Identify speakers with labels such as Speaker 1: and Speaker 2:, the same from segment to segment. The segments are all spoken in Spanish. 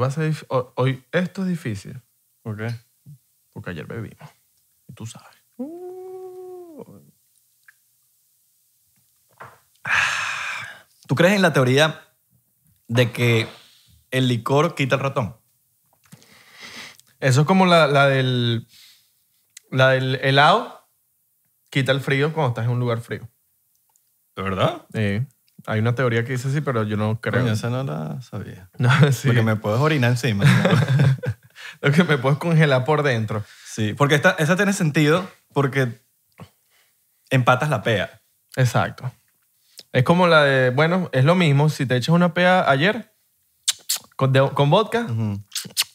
Speaker 1: va a ser... dif- ho- Hoy esto es difícil
Speaker 2: ¿Por qué?
Speaker 1: porque ayer bebimos. Y tú sabes.
Speaker 2: Uh. ¿Tú crees en la teoría de que el licor quita el ratón?
Speaker 1: Eso es como la, la del... La del helado quita el frío cuando estás en un lugar frío.
Speaker 2: ¿De verdad?
Speaker 1: Eh, hay una teoría que dice así, pero yo no creo.
Speaker 2: Coño, esa no la sabía.
Speaker 1: No, sí.
Speaker 2: Porque me puedes orinar encima. ¿no?
Speaker 1: Lo que me puedes congelar por dentro.
Speaker 2: sí, porque esta, esa tiene sentido porque empatas la pea.
Speaker 1: Exacto. Es como la de, bueno, es lo mismo. Si te echas una pea ayer con, de- con vodka,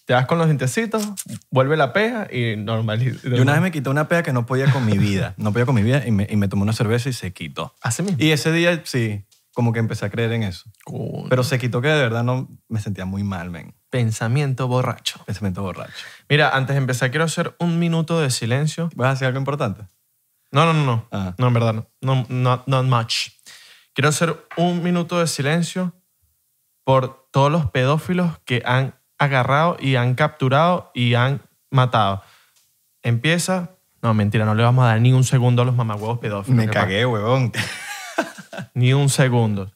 Speaker 1: te das con los dientecitos, vuelve la pea y normaliza.
Speaker 2: Yo una vez me quité una pea que no podía con mi vida. No podía con mi vida y me, y me tomé una cerveza y se quitó.
Speaker 1: Así mismo.
Speaker 2: Y ese día, sí, como que empecé a creer en eso.
Speaker 1: Coño.
Speaker 2: Pero se quitó que de verdad no me sentía muy mal, men.
Speaker 1: Pensamiento borracho.
Speaker 2: Pensamiento borracho.
Speaker 1: Mira, antes de empezar, quiero hacer un minuto de silencio.
Speaker 2: ¿Vas a hacer algo importante?
Speaker 1: No, no, no, no.
Speaker 2: Ah.
Speaker 1: No, en verdad, no. No, not, not much. Quiero hacer un minuto de silencio por todos los pedófilos que han agarrado y han capturado y han matado. Empieza. No, mentira, no le vamos a dar ni un segundo a los mamagüevos pedófilos.
Speaker 2: Me
Speaker 1: capaz.
Speaker 2: cagué, huevón.
Speaker 1: Ni un segundo.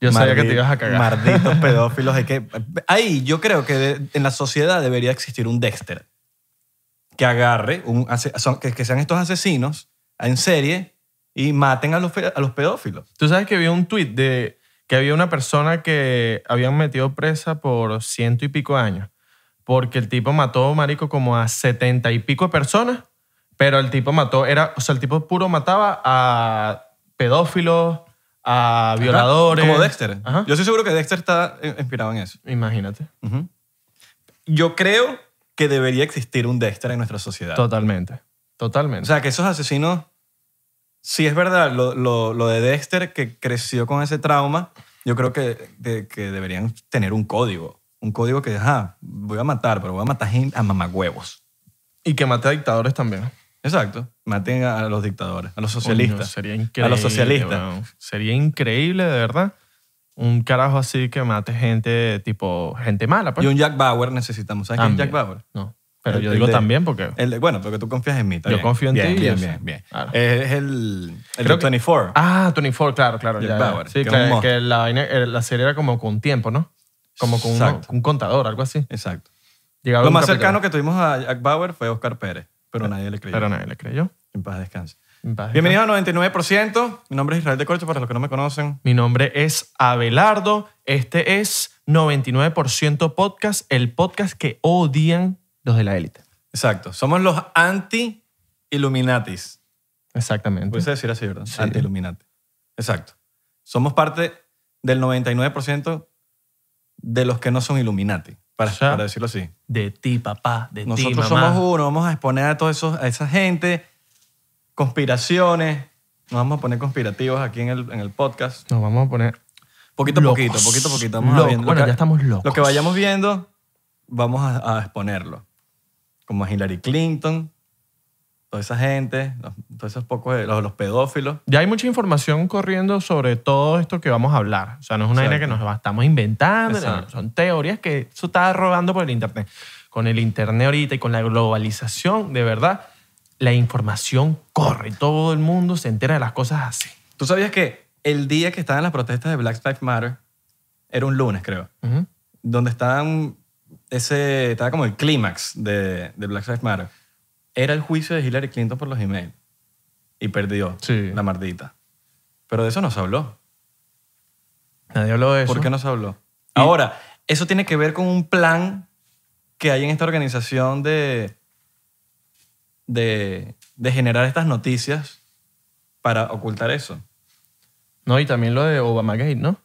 Speaker 1: Yo sabía que te ibas a cagar.
Speaker 2: Malditos pedófilos. Hay que... Ahí yo creo que de- en la sociedad debería existir un Dexter que agarre, un, ase- son- que, que sean estos asesinos en serie y maten a los, fe- a los pedófilos.
Speaker 1: Tú sabes que vi un tuit de que había una persona que habían metido presa por ciento y pico años. Porque el tipo mató, marico, como a setenta y pico de personas. Pero el tipo mató, era, o sea, el tipo puro mataba a pedófilos, a violadores.
Speaker 2: Como Dexter.
Speaker 1: Ajá.
Speaker 2: Yo estoy seguro que Dexter está eh, inspirado en eso.
Speaker 1: Imagínate.
Speaker 2: Ujú. Yo creo que debería existir un Dexter en nuestra sociedad.
Speaker 1: Totalmente. Totalmente.
Speaker 2: O sea, que esos asesinos, si es verdad lo, lo- lo de Dexter, que creció con ese trauma, yo creo que, de- que deberían tener un código. Un código que, ah, voy a matar, pero voy a matar gente a mamagüevos.
Speaker 1: y que mate a dictadores también.
Speaker 2: Exacto. Maten a, a los dictadores, a los
Speaker 1: Coño,
Speaker 2: socialistas.
Speaker 1: sería increíble.
Speaker 2: A los socialistas.
Speaker 1: weón. Sería increíble, de verdad. Un carajo así que mate gente, tipo, gente mala. Pues.
Speaker 2: Y un Jack Bauer necesitamos. ¿Sabes quién es Jack
Speaker 1: También.
Speaker 2: Bauer?
Speaker 1: No. Pero
Speaker 2: El-
Speaker 1: yo
Speaker 2: el
Speaker 1: digo
Speaker 2: de-
Speaker 1: también porque.
Speaker 2: El de- bueno, porque tú confías en mí. está
Speaker 1: Yo
Speaker 2: bien.
Speaker 1: confío en
Speaker 2: Bien,
Speaker 1: ti y
Speaker 2: Bien,
Speaker 1: eso.
Speaker 2: bien, bien.
Speaker 1: Claro.
Speaker 2: Es, es el, el
Speaker 1: Creo
Speaker 2: de
Speaker 1: que-
Speaker 2: 24.
Speaker 1: Ah, 24, claro, claro.
Speaker 2: Jack
Speaker 1: ya, ya.
Speaker 2: Bauer,
Speaker 1: Sí,
Speaker 2: que
Speaker 1: que,
Speaker 2: es un monstruo.
Speaker 1: que la, vaina- eh, la serie era como con tiempo, ¿no? Como con, uno-
Speaker 2: Exacto.
Speaker 1: con un contador, algo así.
Speaker 2: Exacto.
Speaker 1: Llegaba
Speaker 2: Lo
Speaker 1: un
Speaker 2: más
Speaker 1: capítulo.
Speaker 2: cercano que tuvimos a Jack Bauer fue Oscar Pérez, pero nadie le creyó.
Speaker 1: Pero nadie le creyó.
Speaker 2: En paz descanse.
Speaker 1: En paz,
Speaker 2: Bienvenido a 99%. Mi nombre es Israel de Corcho, para los que no me conocen.
Speaker 1: Mi nombre es Abelardo. Este es 99% Podcast, el podcast que odian los de la élite.
Speaker 2: Exacto. Somos los anti-Illuminatis.
Speaker 1: Exactamente.
Speaker 2: Puedes decir así, ¿verdad?
Speaker 1: Sí.
Speaker 2: Anti-Illuminati. Exacto. Somos parte del 99% de los que no son Illuminati, para,
Speaker 1: O sea,
Speaker 2: para decirlo así.
Speaker 1: de ti, papá, de ti,
Speaker 2: Nosotros
Speaker 1: mamá.
Speaker 2: somos uno, vamos a exponer a, todos esos, a esa gente, conspiraciones. Nos vamos a poner conspirativos aquí en el, en el podcast.
Speaker 1: Nos vamos a poner
Speaker 2: Poquito a
Speaker 1: locos.
Speaker 2: poquito, poquito a poquito. Vamos a
Speaker 1: Locos.
Speaker 2: viendo lo
Speaker 1: Bueno,
Speaker 2: que-
Speaker 1: ya estamos locos.
Speaker 2: Lo que vayamos viendo, vamos a, a exponerlo. Como a Hillary Clinton, toda esa gente, los- todos esos pocos, de- los, los pedófilos.
Speaker 1: Ya hay mucha información corriendo sobre todo esto que vamos a hablar. O sea, no es una idea que
Speaker 2: Exacto.
Speaker 1: nos la estamos inventando. no, no,
Speaker 2: Exacto.
Speaker 1: Son teorías que eso está robando por el Internet. Con el Internet ahorita y con la globalización, de verdad, la información corre. Todo el mundo se entera de las cosas así.
Speaker 2: ¿Tú sabías que el día que estaban las protestas de Black Lives Matter, era un lunes, creo,
Speaker 1: Ujú.
Speaker 2: donde estaban ese, estaba como el clímax de, de Black Lives Matter, era el juicio de Hillary Clinton por los emails. Y perdió
Speaker 1: Sí.
Speaker 2: la mardita. Pero de eso no se habló.
Speaker 1: Nadie habló de eso.
Speaker 2: ¿Por qué no se habló? Ahora, eso tiene que ver con un plan que hay en esta organización de, de, de generar estas noticias para ocultar eso.
Speaker 1: No, y también lo de Obamagate, ¿no?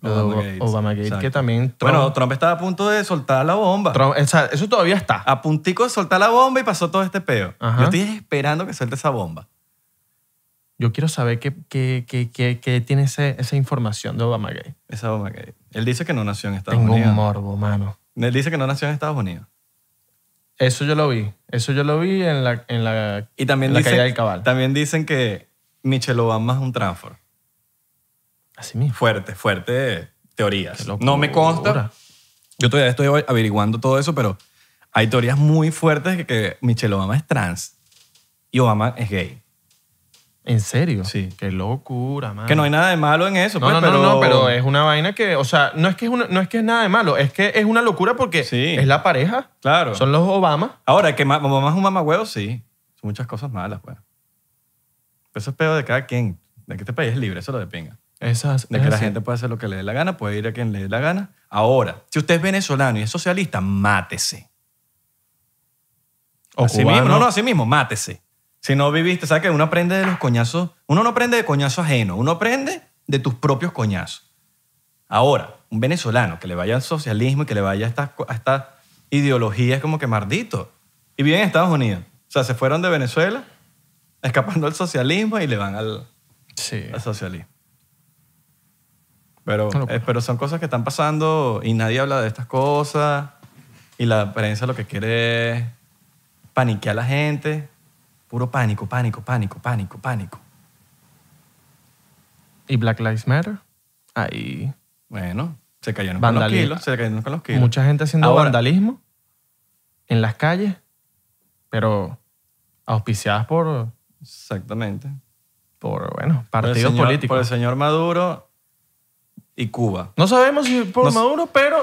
Speaker 1: Lo de
Speaker 2: Obamagate,
Speaker 1: Obamagate, que
Speaker 2: exacto.
Speaker 1: también... Trump-
Speaker 2: Bueno, Trump estaba a punto de soltar la bomba.
Speaker 1: Trump- o sea, eso todavía está.
Speaker 2: A puntico de soltar la bomba y pasó todo este peo.
Speaker 1: Ajá.
Speaker 2: Yo estoy esperando que suelte esa bomba.
Speaker 1: Yo quiero saber qué, qué, qué, qué, qué tiene ese- esa información de Obama Gay.
Speaker 2: Esa bomba que... Él dice que no nació en Estados
Speaker 1: Tengo un
Speaker 2: Unidos.
Speaker 1: morbo, mano.
Speaker 2: Él dice que no nació en Estados Unidos.
Speaker 1: Eso yo lo vi. Eso yo lo vi en la, en la,
Speaker 2: Y también,
Speaker 1: en la
Speaker 2: dicen,
Speaker 1: caída del cabal.
Speaker 2: también dicen que Michelle Obama es un transfer.
Speaker 1: Así mismo.
Speaker 2: Fuerte, fuerte teorías.
Speaker 1: Qué locura.
Speaker 2: No me consta, Yo todavía estoy averiguando todo eso, pero hay teorías muy fuertes que, que Michelle Obama es trans y Obama es gay.
Speaker 1: ¿En serio?
Speaker 2: Sí.
Speaker 1: Qué locura, man.
Speaker 2: Que no hay nada de malo en eso.
Speaker 1: Ah. No, no,
Speaker 2: pues, pero...
Speaker 1: no, no, pero es una vaina que, o sea, no es que es, una- no es, que es nada de malo, es que es una locura porque
Speaker 2: Sí.
Speaker 1: es la pareja,
Speaker 2: Claro.
Speaker 1: son los Obama.
Speaker 2: Ahora, que ma- mamá es un mamagüeo, sí. Son muchas cosas malas, pues. Pero Eso es pedo de cada quien. De que este país es libre, eso lo de pinga.
Speaker 1: Esas,
Speaker 2: De
Speaker 1: es
Speaker 2: que la
Speaker 1: así.
Speaker 2: gente puede hacer lo que le dé la gana, puede ir a quien le dé la gana. Ahora, si usted es venezolano y es socialista, mátese.
Speaker 1: O
Speaker 2: así
Speaker 1: cubano.
Speaker 2: mismo, no, no, así mismo, mátese. Si no viviste, ¿sabes que Uno aprende de los coñazos. Uno no aprende de coñazos ajenos, uno aprende de tus propios coñazos. Ahora, un venezolano que le vaya al socialismo y que le vaya a estas, co- a estas ideologías como que mardito. Y viven en Estados Unidos. O sea, se fueron de Venezuela escapando del socialismo y le van al,
Speaker 1: Sí.
Speaker 2: al socialismo. Pero,
Speaker 1: Una locura.
Speaker 2: eh, pero son cosas que están pasando y nadie habla de estas cosas. Y la prensa lo que quiere es paniquear a la gente. Puro pánico, pánico, pánico, pánico, pánico.
Speaker 1: ¿Y Black Lives Matter? Ahí.
Speaker 2: Bueno, se cayeron con
Speaker 1: Vandalismo.
Speaker 2: los kilos. Se cayeron con los kilos.
Speaker 1: Mucha gente haciendo
Speaker 2: Ahora-
Speaker 1: vandalismo en las calles, pero auspiciadas por,
Speaker 2: Exactamente.
Speaker 1: por bueno,
Speaker 2: Por el
Speaker 1: partidos
Speaker 2: señor- Por el
Speaker 1: políticos.
Speaker 2: señor Maduro y Cuba.
Speaker 1: No sabemos si por
Speaker 2: No s-
Speaker 1: Maduro, pero,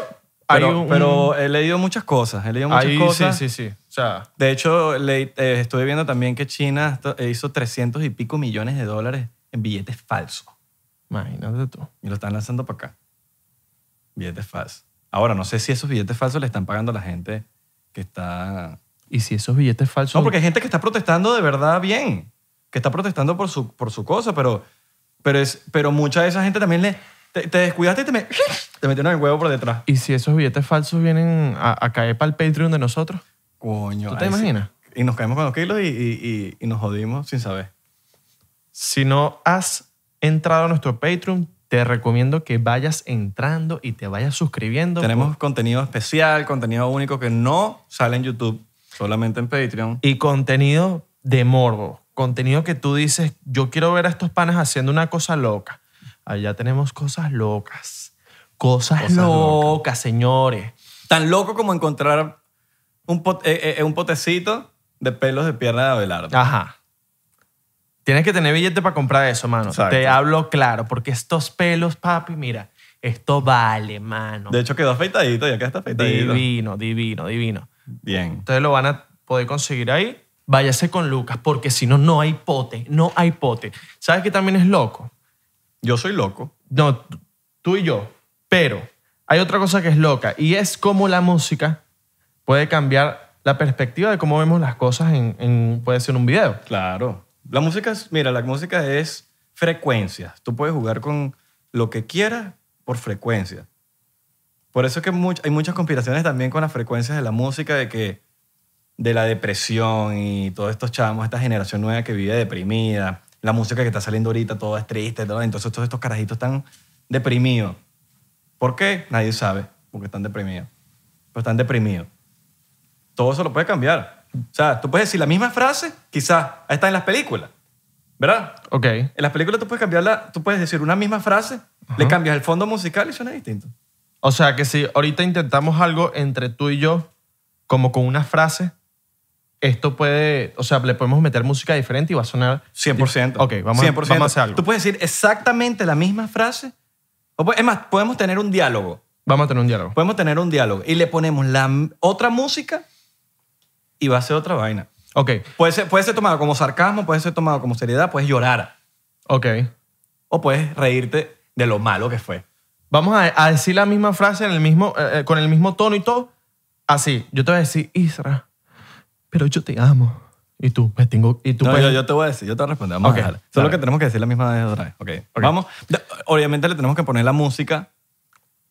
Speaker 1: hay
Speaker 2: Pero,
Speaker 1: un-
Speaker 2: pero he leído muchas cosas. He leído muchas
Speaker 1: hay-
Speaker 2: cosas.
Speaker 1: Sí, sí, sí. O sea,
Speaker 2: De hecho, le, eh, estuve viendo también que China esto- eh, hizo 300 y pico millones de dólares en billetes falsos.
Speaker 1: imagínate tú.
Speaker 2: Y lo están lanzando para acá. Billetes falsos. Ahora, no sé si esos billetes falsos le están pagando a la gente que está...
Speaker 1: ¿Y si esos billetes falsos?
Speaker 2: No, porque hay gente que está protestando de verdad bien. Que está protestando por su, por su cosa, pero, pero, es, pero mucha de esa gente también le... Te, te descuidaste y te, me- te metieron el huevo por detrás.
Speaker 1: ¿Y si esos billetes falsos vienen a, a caer para el Patreon de nosotros?
Speaker 2: Coño.
Speaker 1: ¿Tú te
Speaker 2: ahí sí.
Speaker 1: imaginas?
Speaker 2: Y nos caemos con los kilos y, y- y- y nos jodimos sin saber.
Speaker 1: Si no has entrado a nuestro Patreon, te recomiendo que vayas entrando y te vayas suscribiendo.
Speaker 2: Tenemos contenido especial, contenido único que no sale en YouTube, solamente en Patreon.
Speaker 1: Y contenido de morbo. Contenido que tú dices, yo quiero ver a estos panes haciendo una cosa loca. Allá tenemos cosas locas. Cosas,
Speaker 2: Cosas
Speaker 1: locas,
Speaker 2: locas.
Speaker 1: señores.
Speaker 2: Tan loco como encontrar un, pot- eh, eh, un potecito de pelos de pierna de Abelardo.
Speaker 1: Ajá. Tienes que tener billete para comprar eso, mano.
Speaker 2: Exacto.
Speaker 1: Te hablo claro, porque estos pelos, papi, mira, esto vale, mano.
Speaker 2: De hecho, quedó afeitadito, ya que está afeitadito.
Speaker 1: Divino, divino, divino.
Speaker 2: Bien.
Speaker 1: Ustedes lo van a poder conseguir ahí. Váyase con Lucas, porque si no, no hay pote. No hay pote. ¿Sabes qué también es loco?
Speaker 2: Yo soy loco.
Speaker 1: No, t- tú y yo. Pero hay otra cosa que es loca y es cómo la música puede cambiar la perspectiva de cómo vemos las cosas en, en- puede ser un video.
Speaker 2: Claro. La música es, mira, la música es frecuencias. Tú puedes jugar con lo que quieras por frecuencia. Por eso es que much- hay muchas conspiraciones también con las frecuencias de la música, de que de la depresión y todos estos chamos, esta generación nueva que vive deprimida, la música que está saliendo ahorita, todo es triste, todo, entonces todos estos carajitos están deprimidos. ¿Por qué? Nadie sabe, porque están deprimidos. Pero están deprimidos todo eso lo puede cambiar. O sea, tú puedes decir la misma frase, quizás está en las películas, ¿verdad?
Speaker 1: Ok.
Speaker 2: En las películas tú puedes cambiarla, tú puedes decir una misma frase, le cambias el fondo musical y suena distinto.
Speaker 1: O sea que si ahorita intentamos algo entre tú y yo, como con una frase, esto puede, o sea, le podemos meter música diferente y va a sonar...
Speaker 2: 100%.
Speaker 1: Ok, vamos, A, vamos a hacer algo.
Speaker 2: Tú puedes decir exactamente la misma frase. O pu- es más, podemos tener un diálogo.
Speaker 1: Vamos a tener un diálogo.
Speaker 2: Podemos tener un diálogo y le ponemos la m- otra música y va a ser otra vaina.
Speaker 1: Ok,
Speaker 2: Puede ser, puede ser tomado como sarcasmo, puede ser tomado como seriedad, puedes llorar
Speaker 1: ok.
Speaker 2: o puedes reírte de lo malo que fue.
Speaker 1: Vamos a, a decir la misma frase en el mismo, eh, eh, con el mismo tono y todo. Así, yo te voy a decir, Isra, pero yo te amo. Y tú, me tengo... Y tú
Speaker 2: no,
Speaker 1: pues-
Speaker 2: yo, yo te voy a decir, yo te voy a responder. Vamos
Speaker 1: Ok,
Speaker 2: a dejarla. Solo
Speaker 1: dale.
Speaker 2: que tenemos que decir la misma vez otra vez. Ok,
Speaker 1: Ok.
Speaker 2: Vamos. Da- Obviamente le tenemos que poner la música.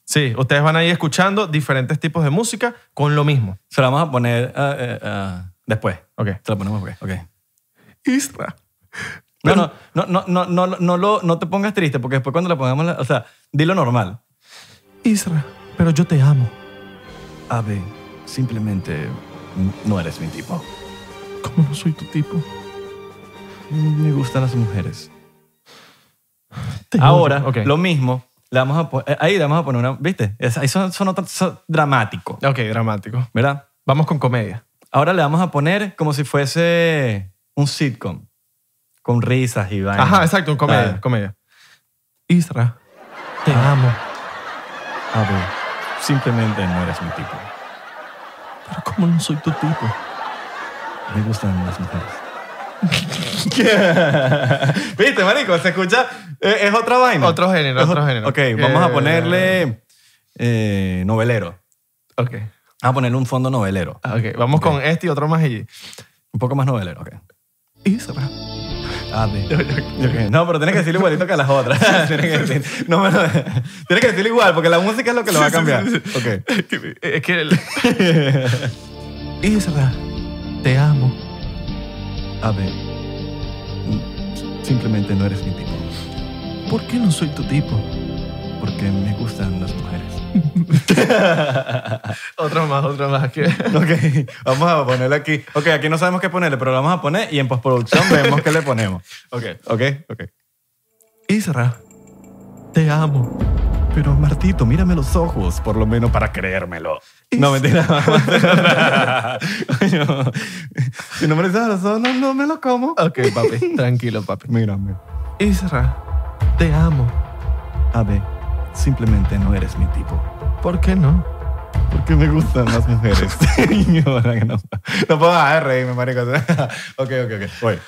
Speaker 1: Sí, ustedes van a ir escuchando diferentes tipos de música con lo mismo.
Speaker 2: Se la vamos a poner ah, eh, ah, después.
Speaker 1: Ok.
Speaker 2: Se la ponemos después. Ok.
Speaker 1: Isra.
Speaker 2: No, no, no, no, no, no, no, lo- no te pongas triste porque después cuando la pongamos, la- o sea, dilo normal.
Speaker 1: Isra, pero yo te amo.
Speaker 2: Ave, simplemente no eres mi tipo.
Speaker 1: Como no soy tu tipo.
Speaker 2: Me gustan las mujeres.
Speaker 1: Te
Speaker 2: Ahora,
Speaker 1: odio. Ok.
Speaker 2: lo mismo, Le vamos a po- eh, ahí le vamos a poner una, ¿viste? Es- Ahí son, son otras- son dramático,
Speaker 1: Ok, dramático.
Speaker 2: ¿verdad?
Speaker 1: Vamos con comedia.
Speaker 2: Ahora le vamos a poner como si fuese un sitcom, con risas y vainas.
Speaker 1: Ajá, exacto, comedia,
Speaker 2: Dale.
Speaker 1: comedia. Isra, Ah. te amo.
Speaker 2: A ver, simplemente no eres mi tipo.
Speaker 1: Pero como no soy tu tipo.
Speaker 2: Me gustan las mujeres. ¿Viste, marico? Se escucha... eh, Es otra vaina.
Speaker 1: Otro género,
Speaker 2: Es ot-
Speaker 1: otro género.
Speaker 2: Ok, vamos a
Speaker 1: Eh,
Speaker 2: ponerle eh, novelero.
Speaker 1: Ok,
Speaker 2: Vamos a ponerle un fondo novelero.
Speaker 1: ah, ok. Vamos con este y otro más allí.
Speaker 2: Un poco más novelero, ok.
Speaker 1: Isra.
Speaker 2: Ah, sí. Ok, No, pero tienes que decirlo igualito que a las otras. tienes, que decir, no, me lo- tienes que decirlo igual, porque la música es lo que lo va a
Speaker 1: Sí, sí,
Speaker 2: cambiar.
Speaker 1: sí,
Speaker 2: Ok.
Speaker 1: es que... el- Isra, te amo.
Speaker 2: A ver. Simplemente no eres mi tipo.
Speaker 1: ¿Por qué no soy tu tipo?
Speaker 2: Porque me gustan las mujeres.
Speaker 1: Otro más, otro más. Que...
Speaker 2: Ok, vamos a ponerle aquí. Ok, aquí no sabemos qué ponerle, pero lo vamos a poner y en postproducción vemos qué le ponemos.
Speaker 1: Ok.
Speaker 2: Ok, ok.
Speaker 1: Isra, te amo.
Speaker 2: Pero Martito, mírame los ojos, por lo menos para creérmelo.
Speaker 1: Y-
Speaker 2: No, mentira. Coño, si no me lo dices a los ojos, no, no me lo como.
Speaker 1: Ok, papi. Tranquilo, papi.
Speaker 2: Mírame.
Speaker 1: Isra, te amo.
Speaker 2: A ver, simplemente no eres mi tipo.
Speaker 1: ¿Por qué no?
Speaker 2: Porque me gustan las mujeres. no, no, no, no puedo dejar de reírme, marico. ok, ok, ok. Voy.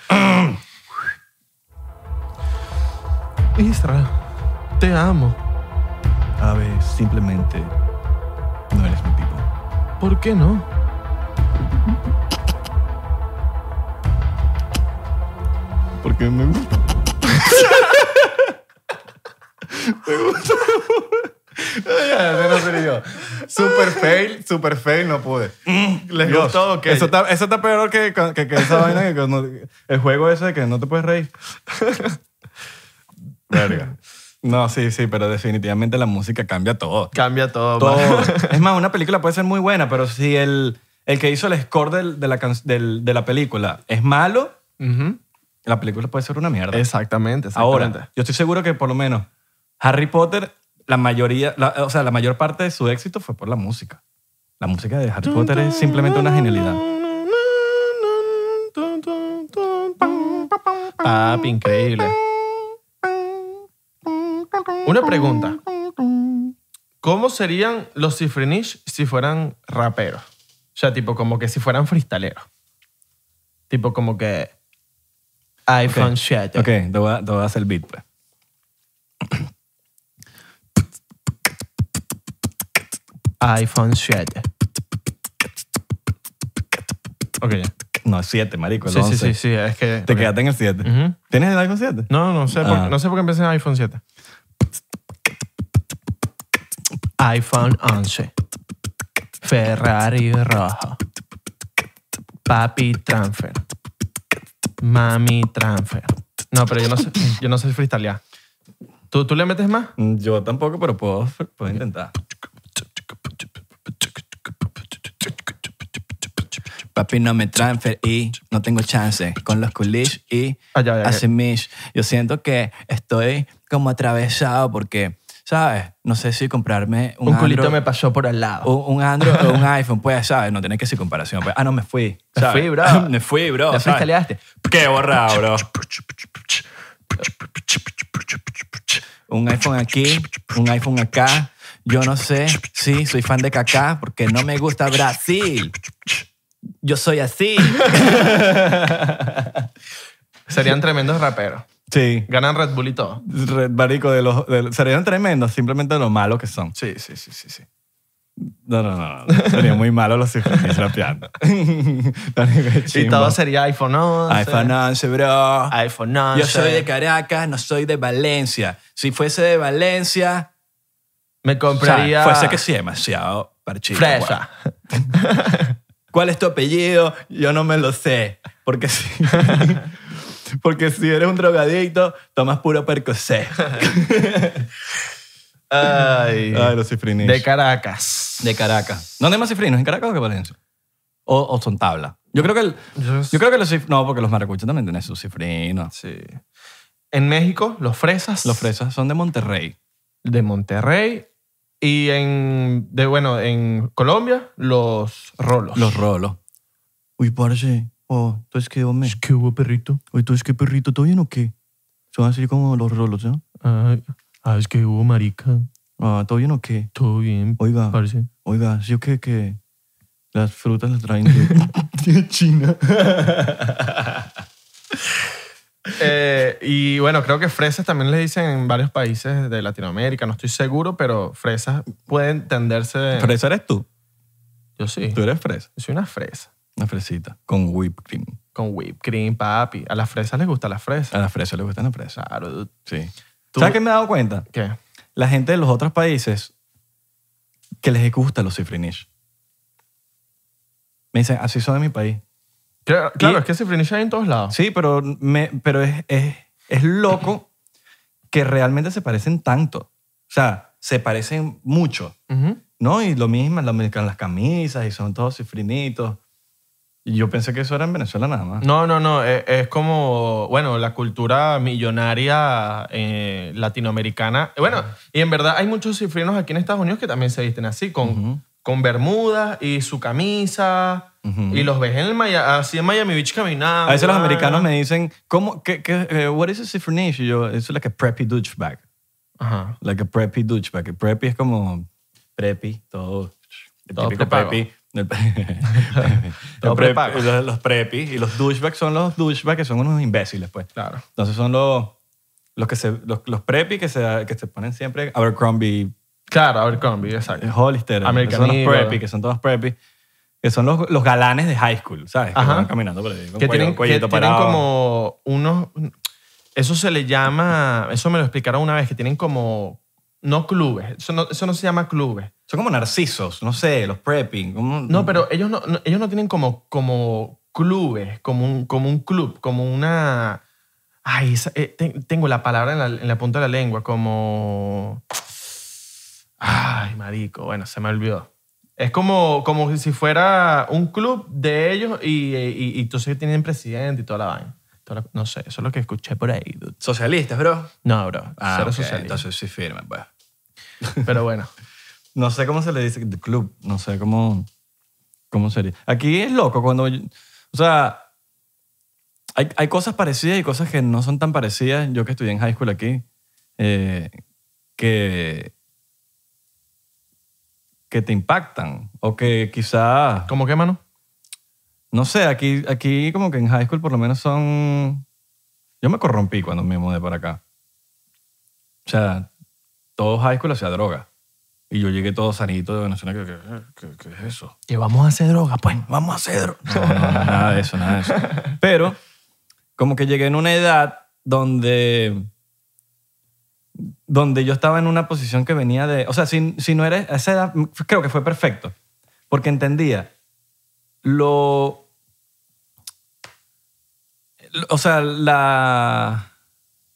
Speaker 1: Isra, te amo.
Speaker 2: A ver, simplemente no eres mi tipo.
Speaker 1: ¿Por qué no?
Speaker 2: Porque me gusta. me gusta. Ya, ese no seré yo. Super fail, super fail, no pude.
Speaker 1: ¿Les
Speaker 2: Dios,
Speaker 1: gustó o qué?
Speaker 2: Eso está, eso está peor que, que- que esa vaina, que cuando- el juego ese de que no te puedes reír. Verga. No, sí, sí, pero definitivamente la música cambia todo.
Speaker 1: Cambia todo.
Speaker 2: Todo.
Speaker 1: man.
Speaker 2: Es más, una película puede ser muy buena, pero si el, el que hizo el score del- de, la, can- del- de la película es malo,
Speaker 1: Ujú.
Speaker 2: la película puede ser una mierda.
Speaker 1: Exactamente, exactamente.
Speaker 2: Ahora, yo estoy seguro que por lo menos Harry Potter, la mayoría, la- o sea, la mayor parte de su éxito fue por la música. La música de Harry Potter es simplemente una genialidad.
Speaker 1: Papi, increíble. Una pregunta. ¿Cómo serían los Cifrinish si fueran raperos? O sea, tipo como que si fueran freestaleros. Tipo como que iPhone shit.
Speaker 2: Ok, te voy, a, te voy a hacer el beat, pues.
Speaker 1: iPhone shit. Ok, ya.
Speaker 2: No, es 7, marico, el
Speaker 1: Sí, sí, sí,
Speaker 2: 11.
Speaker 1: sí, es que...
Speaker 2: Te
Speaker 1: ok.
Speaker 2: quedaste en el 7.
Speaker 1: Ujú.
Speaker 2: ¿Tienes el iPhone 7?
Speaker 1: No, no sé, por,
Speaker 2: Ah.
Speaker 1: no sé por qué empecé en iPhone 7. iPhone 11. Ferrari rojo. Papi transfer. Mami transfer. No, pero yo no sé, yo no sé freestylear. ¿Tú, ¿Tú le metes más?
Speaker 2: Mm, Yo tampoco, pero puedo, puedo intentar.
Speaker 3: Papi no me transfer y no tengo chance con los coolish y
Speaker 1: Ah, ya, ya, ya.
Speaker 3: así mish. Yo siento que estoy como atravesado porque, ¿sabes? No sé si comprarme un,
Speaker 1: Un, culito
Speaker 3: Android-
Speaker 1: me pasó por al lado.
Speaker 3: un, un Android o un iPhone, pues, ¿sabes? No tenés que ser comparación. pues. Ah, no, me fui.
Speaker 1: Me
Speaker 3: ¿sabes?
Speaker 1: fui, bro.
Speaker 3: me fui, bro.
Speaker 1: ¿Le
Speaker 3: ¿sabes?
Speaker 1: freestyleaste?
Speaker 3: Qué borrado, bro. Un iPhone aquí, un iPhone acá. Yo no sé, sí, soy fan de Kaká porque no me gusta Brasil. Yo soy así.
Speaker 1: Serían tremendos raperos.
Speaker 2: Sí.
Speaker 1: Ganan Red Bull y todo.
Speaker 2: Re- Marico, de los, de- serían tremendos, simplemente de lo malos que son.
Speaker 1: Sí, sí, sí, sí. sí.
Speaker 2: No, no, no. no. Sería muy malo los sinfonías rapeando.
Speaker 1: Y todo sería iPhone 11.
Speaker 3: iPhone 11, bro.
Speaker 1: iPhone 11.
Speaker 3: Yo soy de Caracas, no soy de Valencia. Si fuese de Valencia,
Speaker 1: Me
Speaker 3: o sea,
Speaker 1: compraría.
Speaker 3: fuese que sí, demasiado parchito.
Speaker 1: Fresa.
Speaker 3: ¿Cuál es tu apellido? Yo no me lo sé. Porque si, porque si eres un drogadicto, tomas puro percocet.
Speaker 1: Ay.
Speaker 2: Ay, los cifrinis.
Speaker 1: de Caracas.
Speaker 3: De Caracas. ¿Dónde hay más cifrinos? ¿En Caracas o en Valencia? O, o son tabla. Yo creo que, el-
Speaker 1: Yo-
Speaker 3: yo creo que los cif- No, porque los maracuchos también tienen sus cifrinos.
Speaker 1: Sí. En México, los fresas.
Speaker 3: Los fresas son de Monterrey.
Speaker 1: de Monterrey y en, de, bueno, en Colombia, los rolos.
Speaker 3: Los rolos.
Speaker 2: Uy, parce. Oh, tú es que, hombre.
Speaker 1: ¿Qué hubo, perrito?
Speaker 2: Uy, tú es que, perrito, ¿todo bien o qué? Son así como los rolos, ¿no?
Speaker 1: Ay, ah, es que hubo, marica.
Speaker 2: Ah, ¿todo bien o qué?
Speaker 1: Todo bien,
Speaker 2: Oiga,
Speaker 1: parce.
Speaker 2: oiga, sí o qué, que las frutas las traen de, de China.
Speaker 1: Eh, y bueno, creo que fresas también le dicen en varios países de Latinoamérica. No estoy seguro, pero fresas pueden tenderse...
Speaker 2: Fresa eres tú.
Speaker 1: Yo sí.
Speaker 2: Tú eres fresa.
Speaker 1: Yo soy una fresa.
Speaker 2: Una fresita. Con whipped cream.
Speaker 1: Con whipped cream, papi. A las fresas les gusta la fresa.
Speaker 2: A las fresas les gustan las fresas.
Speaker 1: Claro.
Speaker 2: Sí.
Speaker 1: Tú-
Speaker 2: ¿Sabes qué me he dado cuenta?
Speaker 1: ¿Qué?
Speaker 2: La gente de los otros países que les gusta los cifrinish. Me dicen, así son de mi país.
Speaker 1: Claro, claro,
Speaker 2: Y-
Speaker 1: es que cifrinish hay en todos lados.
Speaker 2: Sí, pero, me, pero es, es, es loco que realmente se parecen tanto. O sea, se parecen mucho,
Speaker 1: Ujú.
Speaker 2: ¿no? Y lo mismo, lo mismo con las camisas y son todos cifrinitos. Y yo pensé que eso era en Venezuela nada más.
Speaker 1: No, no, no. e- Es, como, bueno, la cultura millonaria eh, latinoamericana. Bueno, y en verdad hay muchos cifrinos aquí en Estados Unidos que también se visten así, con, con bermudas y su camisa.
Speaker 2: Ujú.
Speaker 1: Y los ves en el Maya- así en Miami Beach caminando.
Speaker 2: A veces los
Speaker 1: ah.
Speaker 2: americanos me dicen, ¿cómo? ¿Qué? qué eh, what is a cifrinish? Y yo, it's like a preppy douchebag.
Speaker 1: Ajá.
Speaker 2: Like a preppy douchebag. El preppy es como preppy, todo. El
Speaker 1: Todo
Speaker 2: típico
Speaker 1: prepago.
Speaker 2: preppy. El-
Speaker 1: Todo
Speaker 2: el prep-
Speaker 1: prepago.
Speaker 2: los, los preppy y los douchebags son los douchebags que son unos imbéciles, pues.
Speaker 1: Claro.
Speaker 2: Entonces son los, los, que se, los, los preppy que se, que se ponen siempre Abercrombie,
Speaker 1: Claro, a ver, Combi, exacto.
Speaker 2: Hollister.
Speaker 1: American
Speaker 2: Son los
Speaker 1: Eagle.
Speaker 2: preppy, que son todos preppy. Que son los, los galanes de high school, ¿sabes? Que
Speaker 1: Ajá.
Speaker 2: van caminando por ahí. con
Speaker 1: Que
Speaker 2: cuello-
Speaker 1: tienen, que
Speaker 2: cuellito
Speaker 1: tienen
Speaker 2: parado.
Speaker 1: como unos... Eso se le llama... Eso me lo explicaron una vez, que tienen como... No clubes. Eso no, eso no se llama clubes.
Speaker 2: Son como narcisos, no sé, los prepping. como-
Speaker 1: No, pero ellos no, no- ellos no tienen como, como clubes, como un, como un club, como una... Ay, esa- eh, te- tengo la palabra en la, en la punta de la lengua, como... Ay, marico, bueno, se me olvidó. Es como, como si fuera un club de ellos y, y, y entonces tienen presidente y toda la vaina. Toda la- no sé, eso es lo que escuché por ahí. dude.
Speaker 2: Socialistas, bro.
Speaker 1: No, bro,
Speaker 2: Ah,
Speaker 1: cero
Speaker 2: ok,
Speaker 1: socialista.
Speaker 2: entonces sí firme, pues.
Speaker 1: Pero bueno,
Speaker 2: No sé cómo se le dice, the club, no sé cómo, cómo sería. Aquí es loco cuando, yo- o sea, hay, hay cosas parecidas y cosas que no son tan parecidas. Yo que estudié en high school aquí, eh, que, que te impactan o que quizás
Speaker 1: ¿cómo qué, mano?
Speaker 2: no sé, aquí, aquí como que en high school por lo menos son... Yo me corrompí cuando me mudé para acá. O sea, todo high school hacía droga. Y yo llegué todo sanito de Venezuela. ¿Qué, qué- qué- qué es eso?
Speaker 1: Que vamos a hacer droga, pues.
Speaker 2: Vamos a hacer droga. No, no, nada de eso, nada de eso. Pero como que llegué en una edad donde... Donde yo estaba en una posición que venía de... O sea, si, si no eres... A esa edad creo que fue perfecto. Porque entendía lo o sea, la.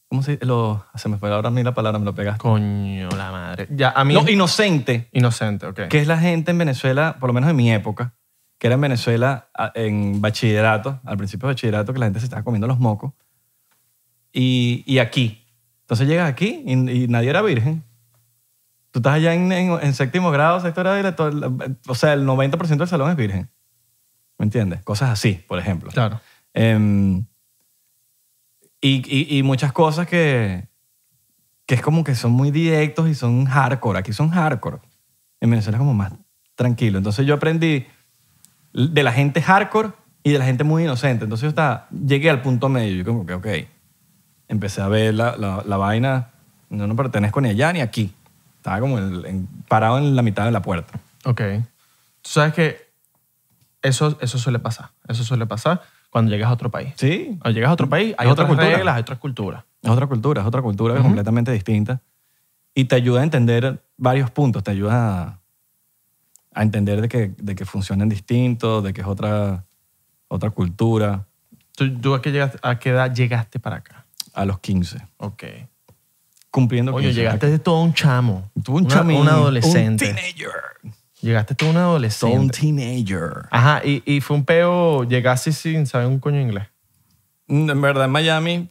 Speaker 2: ¿Cómo se dice? Lo, se me fue ahora a mí la palabra, me lo pegaste.
Speaker 1: Coño, la madre. Ya, a mí...
Speaker 2: Lo inocente,
Speaker 1: Inocente, ok.
Speaker 2: que es la gente en Venezuela, por lo menos en mi época, que era en Venezuela a- en bachillerato, al principio de bachillerato, que la gente se estaba comiendo los mocos. Y, y aquí. Entonces llegas aquí y, y nadie era virgen. Tú estás allá en, en- en séptimo grado, sexto grado, y la- todo el- o sea, el 90% del salón es virgen. ¿Me entiendes? Cosas así, por ejemplo.
Speaker 1: Claro.
Speaker 2: Em, y, y- y muchas cosas que, que es como que son muy directos y son hardcore. Aquí son hardcore. En Venezuela es como más tranquilo. Entonces yo aprendí de la gente hardcore y de la gente muy inocente. Entonces yo estaba, llegué al punto medio. Yo como que, ok, empecé a ver la, la- la vaina. No, no pertenezco ni allá ni aquí. Estaba como en- en- parado en la mitad de la puerta.
Speaker 1: Ok. Tú sabes que eso, eso suele pasar. Eso suele pasar cuando llegas a otro país.
Speaker 2: Sí,
Speaker 1: Cuando llegas a otro país, hay
Speaker 2: Es otra
Speaker 1: otras
Speaker 2: cultura.
Speaker 1: reglas, hay otras culturas.
Speaker 2: Es otra cultura, es otra cultura completamente distinta. Y te ayuda a entender varios puntos. Te ayuda a, a entender de que, de que funcionan distintos, de que es otra, otra cultura.
Speaker 1: ¿Tú, tú a, qué llegaste- a qué edad llegaste para acá?
Speaker 2: A los 15.
Speaker 1: Ok.
Speaker 2: Cumpliendo
Speaker 1: Oye,
Speaker 2: 15.
Speaker 1: llegaste de todo un chamo.
Speaker 2: Tú un
Speaker 1: Una-
Speaker 2: chamín,
Speaker 1: Un
Speaker 2: Un
Speaker 1: adolescente.
Speaker 2: teenager.
Speaker 1: llegaste tú un
Speaker 2: Todo un
Speaker 1: adolescente.
Speaker 2: teenager.
Speaker 1: Ajá, y, y
Speaker 2: Mm,
Speaker 1: fue un peo, llegaste sin saber un coño inglés.
Speaker 2: En verdad, en Miami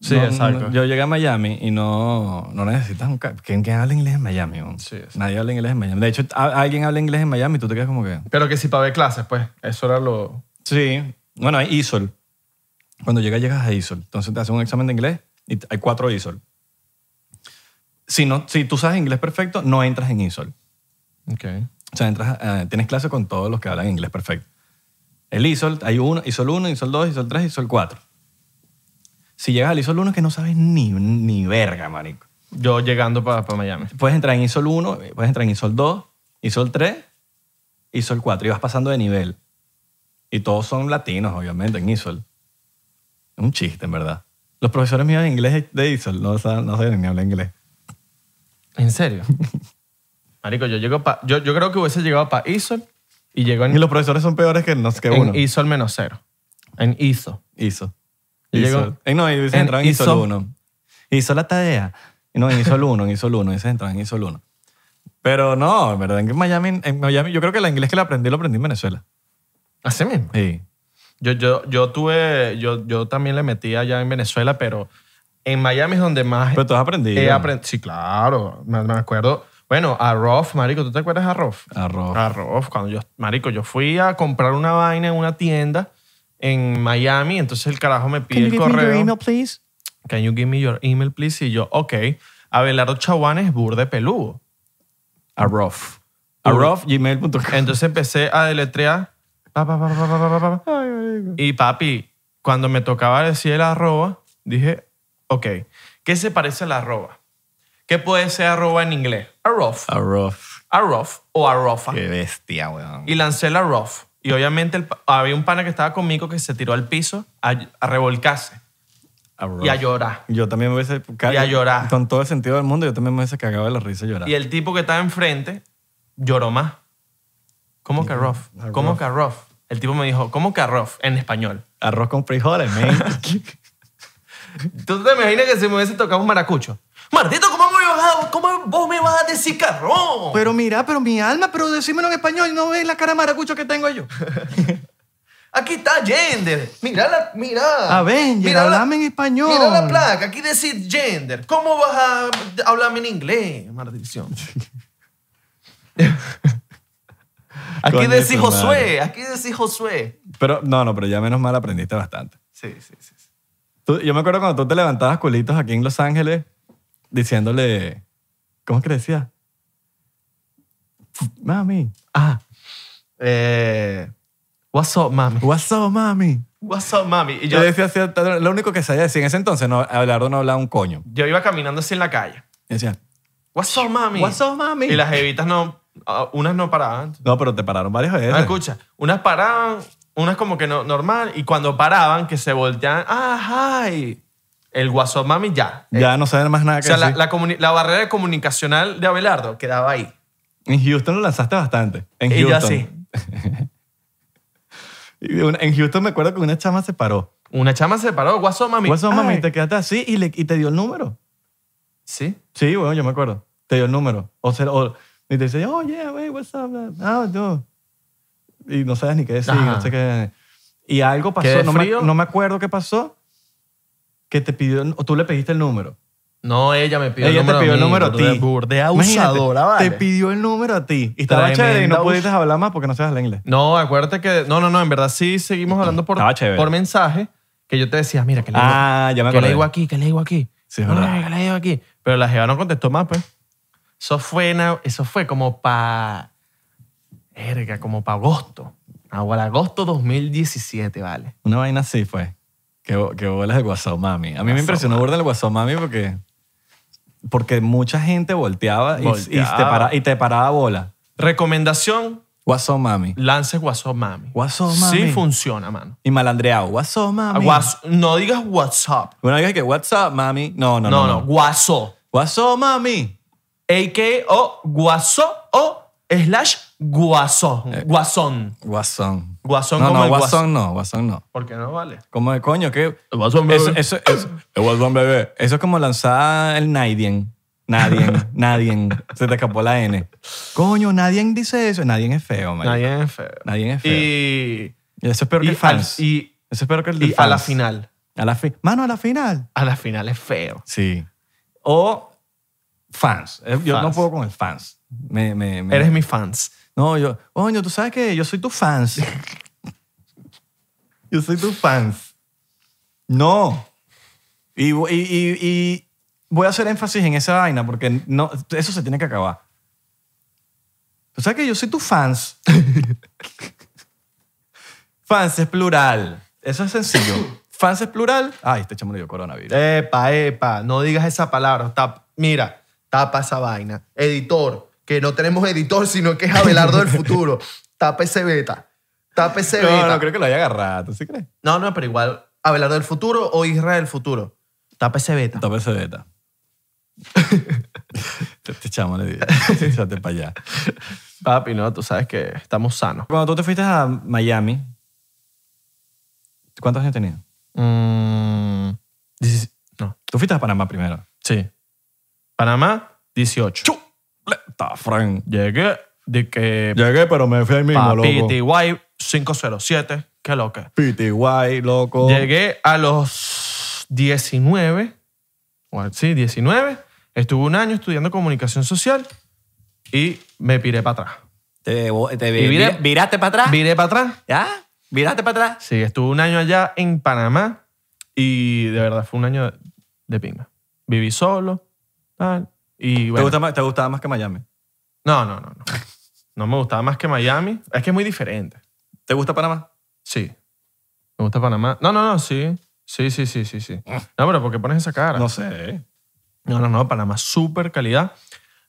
Speaker 1: Sí,
Speaker 2: No,
Speaker 1: exacto.
Speaker 2: no, yo llegué a Miami y no, no necesitas un... ca- ¿Quién, quién habla inglés en Miami? weón?
Speaker 1: Sí, exacto.
Speaker 2: Nadie habla inglés en Miami. De hecho, a- alguien habla inglés en Miami y tú te quedas como que...
Speaker 1: Pero que si para ver clases, pues. Eso era lo...
Speaker 2: Sí. Bueno, hay ISOL. Cuando llegas, llegas a ISOL. Entonces te hacen un examen de inglés y t- hay cuatro ISOL. Si, no, si tú sabes inglés perfecto, no entras en ISOL.
Speaker 1: Ok.
Speaker 2: O sea, entras, a- tienes clase con todos los que hablan inglés perfecto. El ISOL, hay uno, ISOL 1, ISOL 2, ISOL 3, ISOL 4. Si llegas al ISOL 1 es que no sabes ni, ni verga, marico.
Speaker 1: Yo llegando para Miami.
Speaker 2: Puedes entrar en ISOL 1, puedes entrar en ISOL 2, ISOL 3, ISOL 4 y vas pasando de nivel. Y todos son latinos, obviamente, en ISOL. Es un chiste, en verdad. Los profesores míos de inglés de ISOL no saben, no saben ni hablar inglés.
Speaker 1: ¿En serio? Marico, yo llego pa, yo, yo creo que hubiese llegado para ISOL y llego
Speaker 2: Y
Speaker 1: en,
Speaker 2: los profesores son peores que, nos, que uno.
Speaker 1: en ISOL menos cero. En ISO.
Speaker 2: ISO.
Speaker 1: Y
Speaker 2: ISO.
Speaker 1: llegó-
Speaker 2: Eh, no, ellos
Speaker 1: en
Speaker 2: entraban en ISO,
Speaker 1: ISO.
Speaker 2: 1. ISO la tarea. No, en ISO 1, en ISO 1. Ellos entraban en ISO 1. Pero no, en verdad, en Miami, en Miami, yo creo que el inglés que lo aprendí, lo aprendí en Venezuela.
Speaker 1: Así mismo.
Speaker 2: Sí.
Speaker 1: Yo, yo, yo tuve, yo, yo también le metí allá en Venezuela, pero en Miami es donde más
Speaker 2: Pero tú has aprendido.
Speaker 1: he aprendido. Sí, claro, me, me acuerdo. Bueno, a Roth, marico, ¿tú te acuerdas a Roth?
Speaker 2: Arroz.
Speaker 1: A Roth, cuando yo, marico, yo fui a comprar una vaina en una tienda en Miami, entonces el carajo me pide el correo.
Speaker 2: please?
Speaker 1: Can you give me your email, please? Y yo, ok. Abelardo Chaguanes es burde peludo.
Speaker 2: Arroz. Arroz, gmail.com.
Speaker 1: Entonces empecé a deletrear. pa, pa, pa, pa, pa, pa, pa, pa. Y papi, cuando me tocaba decir el arroba, dije, ok, ¿qué se parece al arroba? ¿Qué puede ser arroba en inglés? Arrof,
Speaker 2: Arroz.
Speaker 1: arrof o arrofa.
Speaker 2: Qué bestia, weón.
Speaker 1: Y lancé el arrof. Y obviamente el pa- había un pana que estaba conmigo que se tiró al piso a, a revolcarse
Speaker 2: Arroz.
Speaker 1: y a llorar.
Speaker 2: Yo también me hubiese...
Speaker 1: Y a llorar.
Speaker 2: Con todo el sentido del mundo, yo también me hubiese cagado de la risa y llorar.
Speaker 1: Y el tipo que estaba enfrente lloró más. ¿Cómo que arrof? ¿Cómo que arrof? El tipo me dijo, ¿cómo que arrof? En español.
Speaker 2: Arroz con frijoles, man.
Speaker 1: ¿Tú te imaginas que se me hubiese tocado un maracucho? Martito, ¿cómo, me vas a- cómo vos me vas a decir carrón?
Speaker 2: Pero mira, pero mi alma, pero decímelo en español, no ves la cara de maracucho que tengo yo.
Speaker 1: Aquí está gender. Mira la, mira.
Speaker 2: A ver, háblame en español.
Speaker 1: Mira la placa, aquí dice gender. ¿Cómo vas a hablarme en inglés? Maldición. aquí
Speaker 2: Coño,
Speaker 1: dice
Speaker 2: tu
Speaker 1: Josué, aquí dice Josué.
Speaker 2: Pero no, no, pero ya menos mal aprendiste bastante.
Speaker 1: Sí, sí, sí. sí.
Speaker 2: Tú- yo me acuerdo cuando tú te levantabas culitos aquí en Los Ángeles diciéndole, ¿cómo es que decía? Mami.
Speaker 1: Ah. Eh, what's up, mami?
Speaker 2: What's up, mami?
Speaker 1: What's up, mami? Y
Speaker 2: Yo
Speaker 1: yo,
Speaker 2: decía, así, lo único que sabía decir en ese entonces, no, Abelardo no hablaba un coño.
Speaker 1: yo iba caminando así en la calle.
Speaker 2: Y decía,
Speaker 1: What's up, mami?
Speaker 2: What's up, mami?
Speaker 1: Y las evitas no, ah, unas no paraban.
Speaker 2: No, pero te pararon varias veces.
Speaker 1: Ah, escucha, unas paraban, unas como que no, normal, y cuando paraban, que se volteaban, ah, hi. El WhatsApp mami ya. Eh,
Speaker 2: ya no saben más nada
Speaker 1: o
Speaker 2: que
Speaker 1: sea, la,
Speaker 2: decir.
Speaker 1: la comuni- la barrera comunicacional de Abelardo quedaba ahí.
Speaker 2: En Houston lo lanzaste bastante. En
Speaker 1: Y yo
Speaker 2: Houston.
Speaker 1: así.
Speaker 2: Y de una- en Houston me acuerdo que una chama se paró.
Speaker 1: Una chama se paró, WhatsApp mami.
Speaker 2: What's up, mami?
Speaker 1: Ay.
Speaker 2: Te quedaste así y, le, y te dio el número.
Speaker 1: Sí.
Speaker 2: Sí, bueno, yo me acuerdo. Te dio el número. O sea, o- y te dice, oh, yeah, wey, what's up? man? Ah, no. Y no sabes ni qué decir,
Speaker 1: Ajá.
Speaker 2: no sé qué. Y algo pasó,
Speaker 1: ¿Qué,
Speaker 2: no me,
Speaker 1: frío?
Speaker 2: no me acuerdo qué pasó, que te pidió, o tú le pediste el número.
Speaker 1: No, ella me pidió
Speaker 2: Ella
Speaker 1: el
Speaker 2: te
Speaker 1: número.
Speaker 2: pidió el
Speaker 1: mí,
Speaker 2: número a
Speaker 1: burde-
Speaker 2: ti.
Speaker 1: burde
Speaker 2: Imagínate,
Speaker 1: abusadora, vale.
Speaker 2: Te pidió el número a ti. Y estaba
Speaker 1: Tremenda
Speaker 2: chévere y no
Speaker 1: abus-
Speaker 2: pudiste hablar más porque no sabes hablar inglés.
Speaker 1: No, acuérdate que. No, no, no, en verdad sí seguimos hablando por,
Speaker 2: Estaba chévere.
Speaker 1: por mensaje. Que yo te decía, mira, que le digo,
Speaker 2: Ah, ya me
Speaker 1: que le
Speaker 2: acordé.
Speaker 1: digo aquí, que le digo aquí.
Speaker 2: Sí, es
Speaker 1: No,
Speaker 2: verdad.
Speaker 1: no, que le digo aquí. Pero la Jeva no contestó más, pues. Eso fue, na- eso fue como para. Erga, como para agosto. Ahora, agosto 2017, vale.
Speaker 2: Una vaina así fue. Que, bo- que bolas de WhatsApp, mami. A mí me impresionó burda el WhatsApp, mami, porque, porque mucha gente volteaba, y- Y,
Speaker 1: Volteaba.
Speaker 2: te para- y te paraba bola.
Speaker 1: Recomendación:
Speaker 2: WhatsApp, mami.
Speaker 1: lances WhatsApp Mami.
Speaker 2: WhatsApp, mami. Ah,
Speaker 1: Sí funciona, mano.
Speaker 2: Y malandreado. WhatsApp, mami.
Speaker 1: Ah, Guas- no digas WhatsApp.
Speaker 2: Bueno, dije que WhatsApp, mami. No, no,
Speaker 1: No,
Speaker 2: no.
Speaker 1: no,
Speaker 2: no.
Speaker 1: WhatsApp.
Speaker 2: WhatsApp, mami.
Speaker 1: a.k.a. o guaso o slash guasón. Guasón.
Speaker 2: Guasón.
Speaker 1: Guasón
Speaker 2: Eh. no,
Speaker 1: como
Speaker 2: no,
Speaker 1: el
Speaker 2: guasón.
Speaker 1: guasón.
Speaker 2: no, guasón no.
Speaker 1: Porque no vale.
Speaker 2: ¿Cómo de coño? ¿Qué?
Speaker 1: guasón,
Speaker 2: Eso, eso, eso, el guasón, bebé. Eso es como lanzar el Nadien. Nadien, Nadien. Se te escapó la N. Coño, nadie dice eso. Nadie es feo, man. Nadie,
Speaker 1: Nadie es feo.
Speaker 2: es feo.
Speaker 1: Y,
Speaker 2: Y eso es peor que
Speaker 1: y,
Speaker 2: el fans.
Speaker 1: al- y-
Speaker 2: eso es peor que el
Speaker 1: y
Speaker 2: del
Speaker 1: a la
Speaker 2: fans.
Speaker 1: final.
Speaker 2: A la fi- Mano, a la final.
Speaker 1: A la final es feo.
Speaker 2: Sí. O fans. Eh, Yo no
Speaker 1: Fans.
Speaker 2: puedo con el fans. Me, me, me-
Speaker 1: Mm. Eres mi fans.
Speaker 2: No, yo... Coño, tú sabes que yo soy tu fans. yo soy tu fans. No. Y, vo- y, y- y voy a hacer énfasis en esa vaina porque no, eso se tiene que acabar. Tú sabes que yo soy tu fans. fans es plural. Eso es sencillo. Fans es plural. Ay, este chamo le dio coronavirus.
Speaker 1: Epa, epa, no digas esa palabra. Tap- mira, tapa esa vaina. Editor, que no tenemos editor, sino que es Abelardo del futuro. Tapa ese beta. Tapa ese
Speaker 2: No,
Speaker 1: beta.
Speaker 2: no creo que lo haya agarrado. ¿Tú sí crees?
Speaker 1: No, no, pero igual, Abelardo del futuro o Israel del futuro. Tapa ese beta.
Speaker 2: Tapa ese beta. este chamo le digo. Échate para allá.
Speaker 1: Papi, no, tú sabes que estamos sanos.
Speaker 2: Cuando tú te fuiste a Miami, ¿cuántos años tenías?
Speaker 1: Mm, no,
Speaker 2: Tú fuiste a Panamá primero.
Speaker 1: sí. Panamá, 18.
Speaker 2: Está Frank.
Speaker 1: Llegué de que
Speaker 2: Llegué, pero me fui ahí
Speaker 1: papi, TY 507, qué lo que.
Speaker 2: Piti guay, loco.
Speaker 1: Llegué a los 19, o al- sí, 19. Estuve un año estudiando comunicación social y me piré para atrás.
Speaker 3: Te, vo- te vi-
Speaker 1: Y vira-
Speaker 3: vi- viraste para atrás.
Speaker 1: ¿Viré para atrás?
Speaker 3: ¿Ya? ¿Viraste para atrás?
Speaker 1: Sí, estuve un año allá en Panamá y de verdad fue un año de, de pinga. Viví solo, tal. Y
Speaker 2: ¿Te,
Speaker 1: bueno,
Speaker 2: gusta más- te gustaba más que Miami?
Speaker 1: no, no, no, no. No me gustaba más que Miami. Es que es muy diferente.
Speaker 2: ¿Te gusta Panamá?
Speaker 1: Sí. Me gusta Panamá. No, no, no, sí. Sí, sí, sí, sí, sí. No, pero ¿por qué pones esa cara?
Speaker 2: No sé.
Speaker 1: No, no, no, Panamá, súper calidad.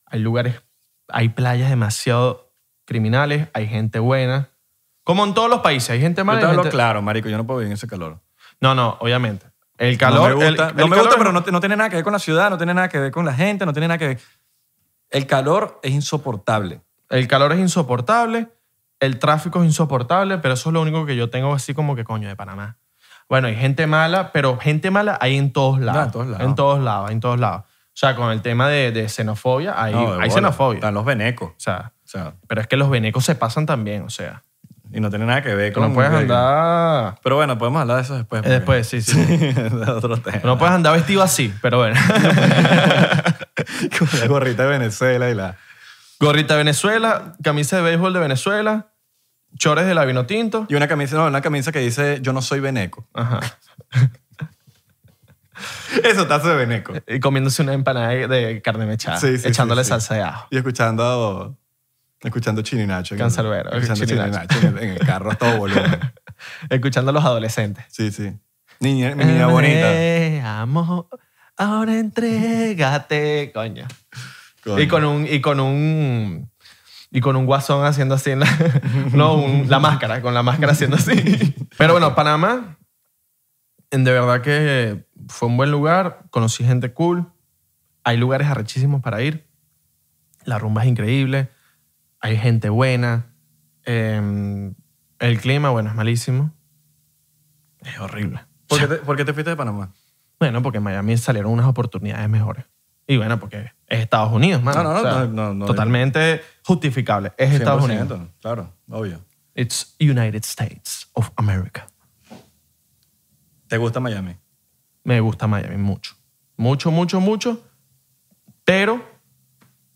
Speaker 1: Hay lugares, hay playas demasiado criminales, hay gente buena. Como en todos los países, hay gente
Speaker 2: Yo
Speaker 1: mala.
Speaker 2: te
Speaker 1: y
Speaker 2: hablo
Speaker 1: gente-
Speaker 2: claro, marico. Yo no puedo vivir en ese calor.
Speaker 1: No, no, obviamente. El calor.
Speaker 2: no me gusta,
Speaker 1: el-
Speaker 2: no
Speaker 1: el
Speaker 2: me
Speaker 1: calor
Speaker 2: gusta
Speaker 1: es-
Speaker 2: pero no, te- no tiene nada que ver con la ciudad, no tiene nada que ver con la gente, no tiene nada que ver. El calor es insoportable.
Speaker 1: El calor es insoportable, el tráfico es insoportable, pero eso es lo único que yo tengo así como que coño de Panamá. Bueno, hay gente mala, pero gente mala hay en todos lados.
Speaker 2: Ah, en todos lados.
Speaker 1: En todos lados, en todos lados. O sea, con el tema de, de xenofobia, hay,
Speaker 2: No, de
Speaker 1: hay
Speaker 2: bola.
Speaker 1: xenofobia.
Speaker 2: Están los venecos.
Speaker 1: O sea,
Speaker 2: O sea,
Speaker 1: pero es que los venecos se pasan también, o sea.
Speaker 2: y no tiene nada que ver
Speaker 1: Tú
Speaker 2: con
Speaker 1: no puedes
Speaker 2: con-
Speaker 1: andar...
Speaker 2: Pero bueno, podemos hablar de eso después.
Speaker 1: Eh, Después, sí, sí.
Speaker 2: de otro tema.
Speaker 1: No puedes andar vestido así, pero bueno.
Speaker 2: Con la gorrita de Venezuela y la.
Speaker 1: Gorrita de Venezuela, camisa de béisbol de Venezuela, chores de la vino tinto.
Speaker 2: Y una camisa, no, una camisa que dice yo no soy veneco.
Speaker 1: Ajá.
Speaker 2: Eso tazo de veneco.
Speaker 1: Y eh, comiéndose una empanada de carne mechada,
Speaker 2: Sí, sí,
Speaker 1: echándole
Speaker 2: sí, sí.
Speaker 1: salsa de ajo.
Speaker 2: Y escuchando. Escuchando Chino y Nacho. en el-
Speaker 1: Cancerbero,
Speaker 2: Escuchando
Speaker 1: Chino y
Speaker 2: Chino y Nacho en el, en el carro a todo volumen.
Speaker 1: Escuchando a los adolescentes.
Speaker 2: Sí, sí. Niña, mi niña bonita.
Speaker 1: Eh, Amor, ahora entrégate, coño. Y
Speaker 2: Coño.
Speaker 1: con un y con un y con un guasón haciendo así en la no, un- la máscara, con la máscara haciendo así. Pero bueno, Panamá en- de verdad que fue un buen lugar, conocí gente cool, hay lugares arrechísimos para ir. La rumba es increíble, hay gente buena. em, el clima, bueno, es malísimo. Es horrible.
Speaker 2: ¿Por qué, te, por qué te fuiste de Panamá?
Speaker 1: Bueno, porque en Miami salieron unas oportunidades mejores. Y bueno, porque es Estados Unidos, mano.
Speaker 2: No, no, no, no, no, no.
Speaker 1: Totalmente justificable. Es Estados
Speaker 2: 100%,
Speaker 1: Unidos.
Speaker 2: Claro, obvio.
Speaker 1: It's United States of America.
Speaker 2: ¿Te gusta Miami?
Speaker 1: Me gusta Miami mucho. Mucho, mucho, mucho. Pero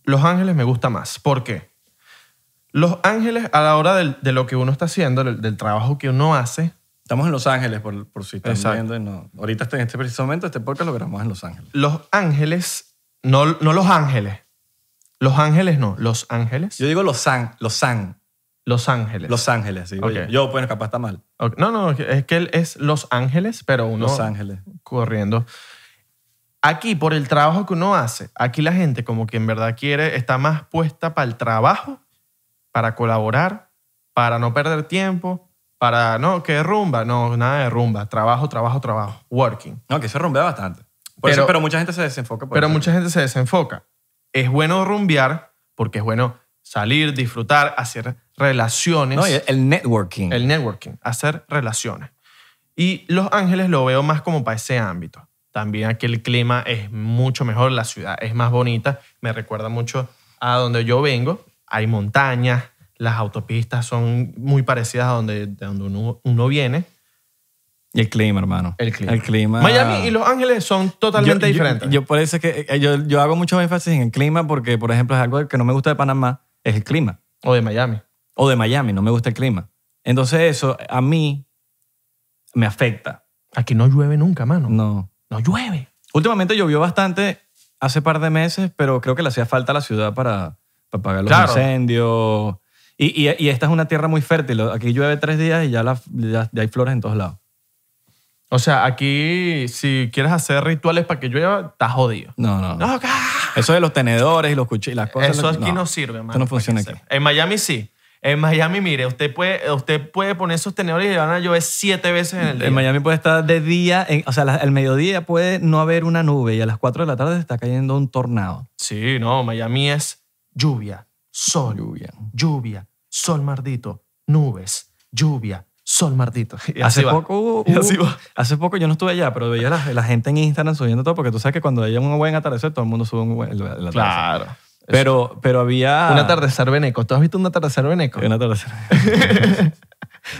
Speaker 1: Los Ángeles me gusta más. ¿Por qué? Los Ángeles, a la hora del- de lo que uno está haciendo, del, del trabajo que uno hace,
Speaker 2: Estamos en Los Ángeles, por, por si están
Speaker 1: Exacto.
Speaker 2: viendo. y No. Ahorita, este- en este preciso momento, este podcast lo grabamos en Los Ángeles.
Speaker 1: Los Ángeles, no, no Los Ángeles. Los Ángeles no, Los Ángeles.
Speaker 2: Yo digo Los San, Los San,
Speaker 1: Los Ángeles.
Speaker 2: Los Ángeles. sí.
Speaker 1: Ok.
Speaker 2: Yo, bueno, capaz está mal.
Speaker 1: Ok, No, no, es que él es Los Ángeles, pero uno
Speaker 2: Los Ángeles.
Speaker 1: corriendo. Aquí, por el trabajo que uno hace, aquí la gente como que en verdad quiere, está más puesta para el trabajo, para colaborar, para no perder tiempo, para, no, que rumba, no, nada de rumba, trabajo, trabajo, trabajo, working.
Speaker 2: No, que se rumbea bastante. Por eso- pero,
Speaker 1: Pero-
Speaker 2: mucha gente se desenfoca. por
Speaker 1: Pero
Speaker 2: eso.
Speaker 1: mucha gente se desenfoca. Es bueno rumbear porque es bueno salir, disfrutar, hacer relaciones.
Speaker 2: No, y el networking.
Speaker 1: El networking, hacer relaciones. Y Los Ángeles lo veo más como para ese ámbito. También aquí el clima es mucho mejor, la ciudad es más bonita, me recuerda mucho a donde yo vengo. Hay montañas, las autopistas son muy parecidas a donde, de donde uno, uno viene.
Speaker 2: Y el clima, hermano.
Speaker 1: El clima.
Speaker 2: El clima.
Speaker 1: Miami y Los Ángeles son totalmente
Speaker 2: Yo- yo-
Speaker 1: diferentes.
Speaker 2: Yo, por eso es que eh, yo, yo hago mucho énfasis en el clima porque, por ejemplo, es algo que no me gusta de Panamá, es el clima.
Speaker 1: o de Miami.
Speaker 2: O de Miami, no me gusta el clima. Entonces eso a mí me afecta.
Speaker 1: Aquí no llueve nunca, mano.
Speaker 2: No.
Speaker 1: No llueve.
Speaker 2: Últimamente llovió bastante hace par de meses, pero creo que le hacía falta a la ciudad para, para pagar los
Speaker 1: Claro.
Speaker 2: incendios. Y, y- y esta es una tierra muy fértil. Aquí llueve tres días y ya, la- ya- ya hay flores en todos lados.
Speaker 1: O sea, aquí si quieres hacer rituales para que llueva, estás jodido.
Speaker 2: No, no. no.
Speaker 1: No, ca-
Speaker 2: Eso de los tenedores y los cuchillos y las cosas.
Speaker 1: Ah. Eso aquí no,
Speaker 2: no.
Speaker 1: sirve, mano.
Speaker 2: no funciona
Speaker 1: para que
Speaker 2: aquí.
Speaker 1: sepa. En Miami sí. En Miami, mire, usted puede, usted puede poner esos tenedores y le van a llover siete veces en el día.
Speaker 2: En Miami puede estar de día, en- o sea, la- al mediodía puede no haber una nube y a las 4 de la tarde está cayendo un tornado.
Speaker 1: Sí, no, Miami es lluvia, sol,
Speaker 2: Lluvia.
Speaker 1: lluvia, sol mardito, nubes, lluvia, sol mardito. Y así
Speaker 2: Hace
Speaker 1: va.
Speaker 2: poco, hubo-
Speaker 1: Y así
Speaker 2: hubo-
Speaker 1: va.
Speaker 2: hace poco yo no estuve allá, pero veía la, la gente en Instagram subiendo todo, porque tú sabes que cuando hay un buen atardecer, todo el mundo sube un buen el- el atardecer.
Speaker 1: Claro.
Speaker 2: Pero, pero había...
Speaker 1: Un atardecer veneco. ¿Tú has visto un atardecer veneco?
Speaker 2: Un atardecer.
Speaker 1: Eh.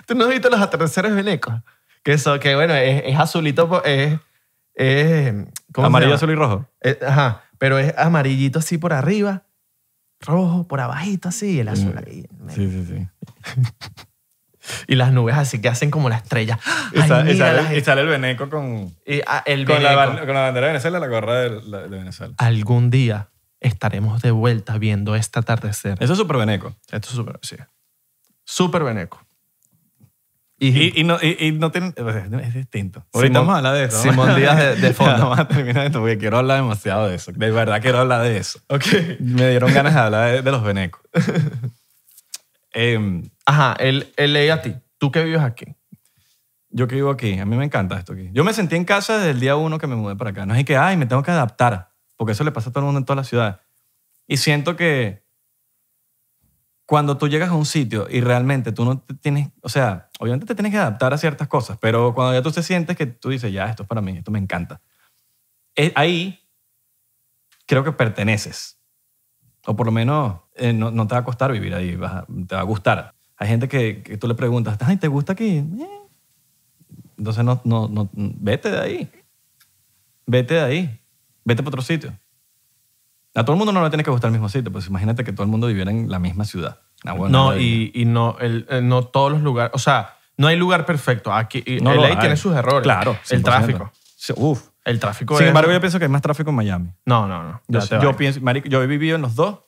Speaker 1: ¿Tú no has visto los atardeceres venecos? Que eso, que bueno, es, es azulito, po- es... es ¿cómo se
Speaker 2: Amarillo,
Speaker 1: llama?
Speaker 2: azul y rojo.
Speaker 1: Eh, ajá, pero es amarillito así por arriba, rojo por abajito así, y el azul ahí.
Speaker 2: Mm, Sí, sí, sí.
Speaker 1: Y las nubes así que hacen como la estrella. ¡Ah!
Speaker 2: Y,
Speaker 1: Ay,
Speaker 2: sale, y
Speaker 1: mira
Speaker 2: sale-
Speaker 1: las
Speaker 2: y sale el veneco con,
Speaker 1: Y, ah, el
Speaker 2: con, la,
Speaker 1: veneco.
Speaker 2: ban- con la bandera de Venezuela y la gorra de, la- de Venezuela.
Speaker 1: Algún día estaremos de vuelta viendo este atardecer.
Speaker 2: Eso es súper veneco.
Speaker 1: Esto es súper, sí. Súper veneco.
Speaker 2: Y, y no, y, y no tienen... Es distinto. Ahorita
Speaker 1: Simón-
Speaker 2: vamos a hablar de eso.
Speaker 1: Simón Díaz de- de fondo.
Speaker 2: Vamos a terminar esto porque quiero hablar demasiado de eso. De verdad quiero hablar de eso.
Speaker 1: Ok.
Speaker 2: Me dieron ganas de hablar de, de los venecos. Em,
Speaker 1: Ajá, él, él leía a ti. ¿Tú que vives aquí?
Speaker 2: yo que vivo aquí, a mí me encanta esto aquí. Yo me sentí en casa desde el día uno que me mudé para acá. No es que, ay, me tengo que adaptar, porque eso le pasa a todo el mundo en toda la ciudad. Y siento que cuando tú llegas a un sitio y realmente tú no te tienes, o sea, obviamente te tienes que adaptar a ciertas cosas, pero cuando ya tú te sientes que tú dices, ya, esto es para mí, esto me encanta, eh, ahí creo que perteneces. O por lo menos eh, no, no te va a costar vivir ahí, vas a- te va a gustar. Hay gente que, que tú le preguntas, ay, ¿te gusta aquí? Eh, entonces no, no, no, vete de ahí. Vete de ahí. Vete para otro sitio. A todo el mundo no le tiene que gustar el mismo sitio, pues imagínate que todo el mundo viviera en la misma ciudad. Ah, bueno,
Speaker 1: no,
Speaker 2: maravilla.
Speaker 1: y, y no, el- eh, no todos los lugares. O sea, no hay lugar perfecto. Aquí, y
Speaker 2: No lo
Speaker 1: LA
Speaker 2: hay.
Speaker 1: tiene sus errores.
Speaker 2: Claro,
Speaker 1: El
Speaker 2: 100%.
Speaker 1: tráfico.
Speaker 2: Sí, Uf.
Speaker 1: El tráfico
Speaker 2: Sin
Speaker 1: es-
Speaker 2: embargo, yo pienso que hay más tráfico en Miami.
Speaker 1: No, no, no.
Speaker 2: Yo,
Speaker 1: Ya te
Speaker 2: yo
Speaker 1: vale.
Speaker 2: pienso, marico, yo he vivido en los dos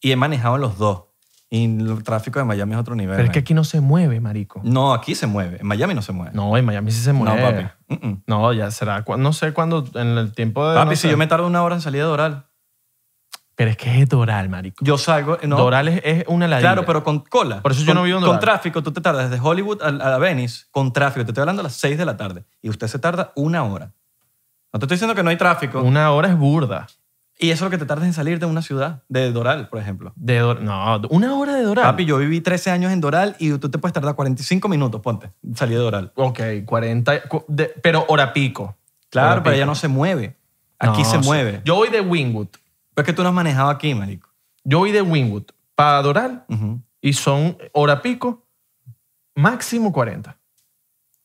Speaker 2: y he manejado en los dos. Y el tráfico de Miami es otro nivel.
Speaker 1: Pero es que
Speaker 2: marico.
Speaker 1: aquí no se mueve, marico.
Speaker 2: No, aquí se mueve. En Miami no se mueve.
Speaker 1: No, en Miami sí se
Speaker 2: No,
Speaker 1: mueve.
Speaker 2: papi. Mm-mm.
Speaker 1: No, ya será. cu- No sé cuándo, en el tiempo de.
Speaker 2: Papi,
Speaker 1: no
Speaker 2: si
Speaker 1: sé.
Speaker 2: yo me tardo una hora en salida de Doral,
Speaker 1: Pero es que es Doral, marico.
Speaker 2: yo salgo... No,
Speaker 1: Doral es, es una ladilla.
Speaker 2: Claro, pero con cola.
Speaker 1: Por eso yo
Speaker 2: Con-
Speaker 1: no vivo en
Speaker 2: Con
Speaker 1: Doral.
Speaker 2: tráfico, tú te tardas desde Hollywood a, a Venice, con tráfico. Te estoy hablando a las 6 de la tarde. Y usted se tarda una hora. No te estoy diciendo que no hay tráfico.
Speaker 1: Una hora es burda.
Speaker 2: Y eso es lo que te tardas en salir de una ciudad, de Doral, por ejemplo.
Speaker 1: De Dor- No, una hora de Doral.
Speaker 2: Papi, yo viví 13 años en Doral y tú te puedes tardar 45 minutos, ponte, en salir de Doral.
Speaker 1: Ok, 40. cu- de- pero hora pico.
Speaker 2: Claro,
Speaker 1: Hora
Speaker 2: pero
Speaker 1: pico.
Speaker 2: ella no se mueve. Aquí
Speaker 1: No,
Speaker 2: se
Speaker 1: sí.
Speaker 2: mueve.
Speaker 1: Yo voy de Wingwood.
Speaker 2: Pero es que tú no has manejado aquí, marico.
Speaker 1: Yo voy de Wingwood para Doral
Speaker 2: Ujú.
Speaker 1: y son hora pico, máximo 40.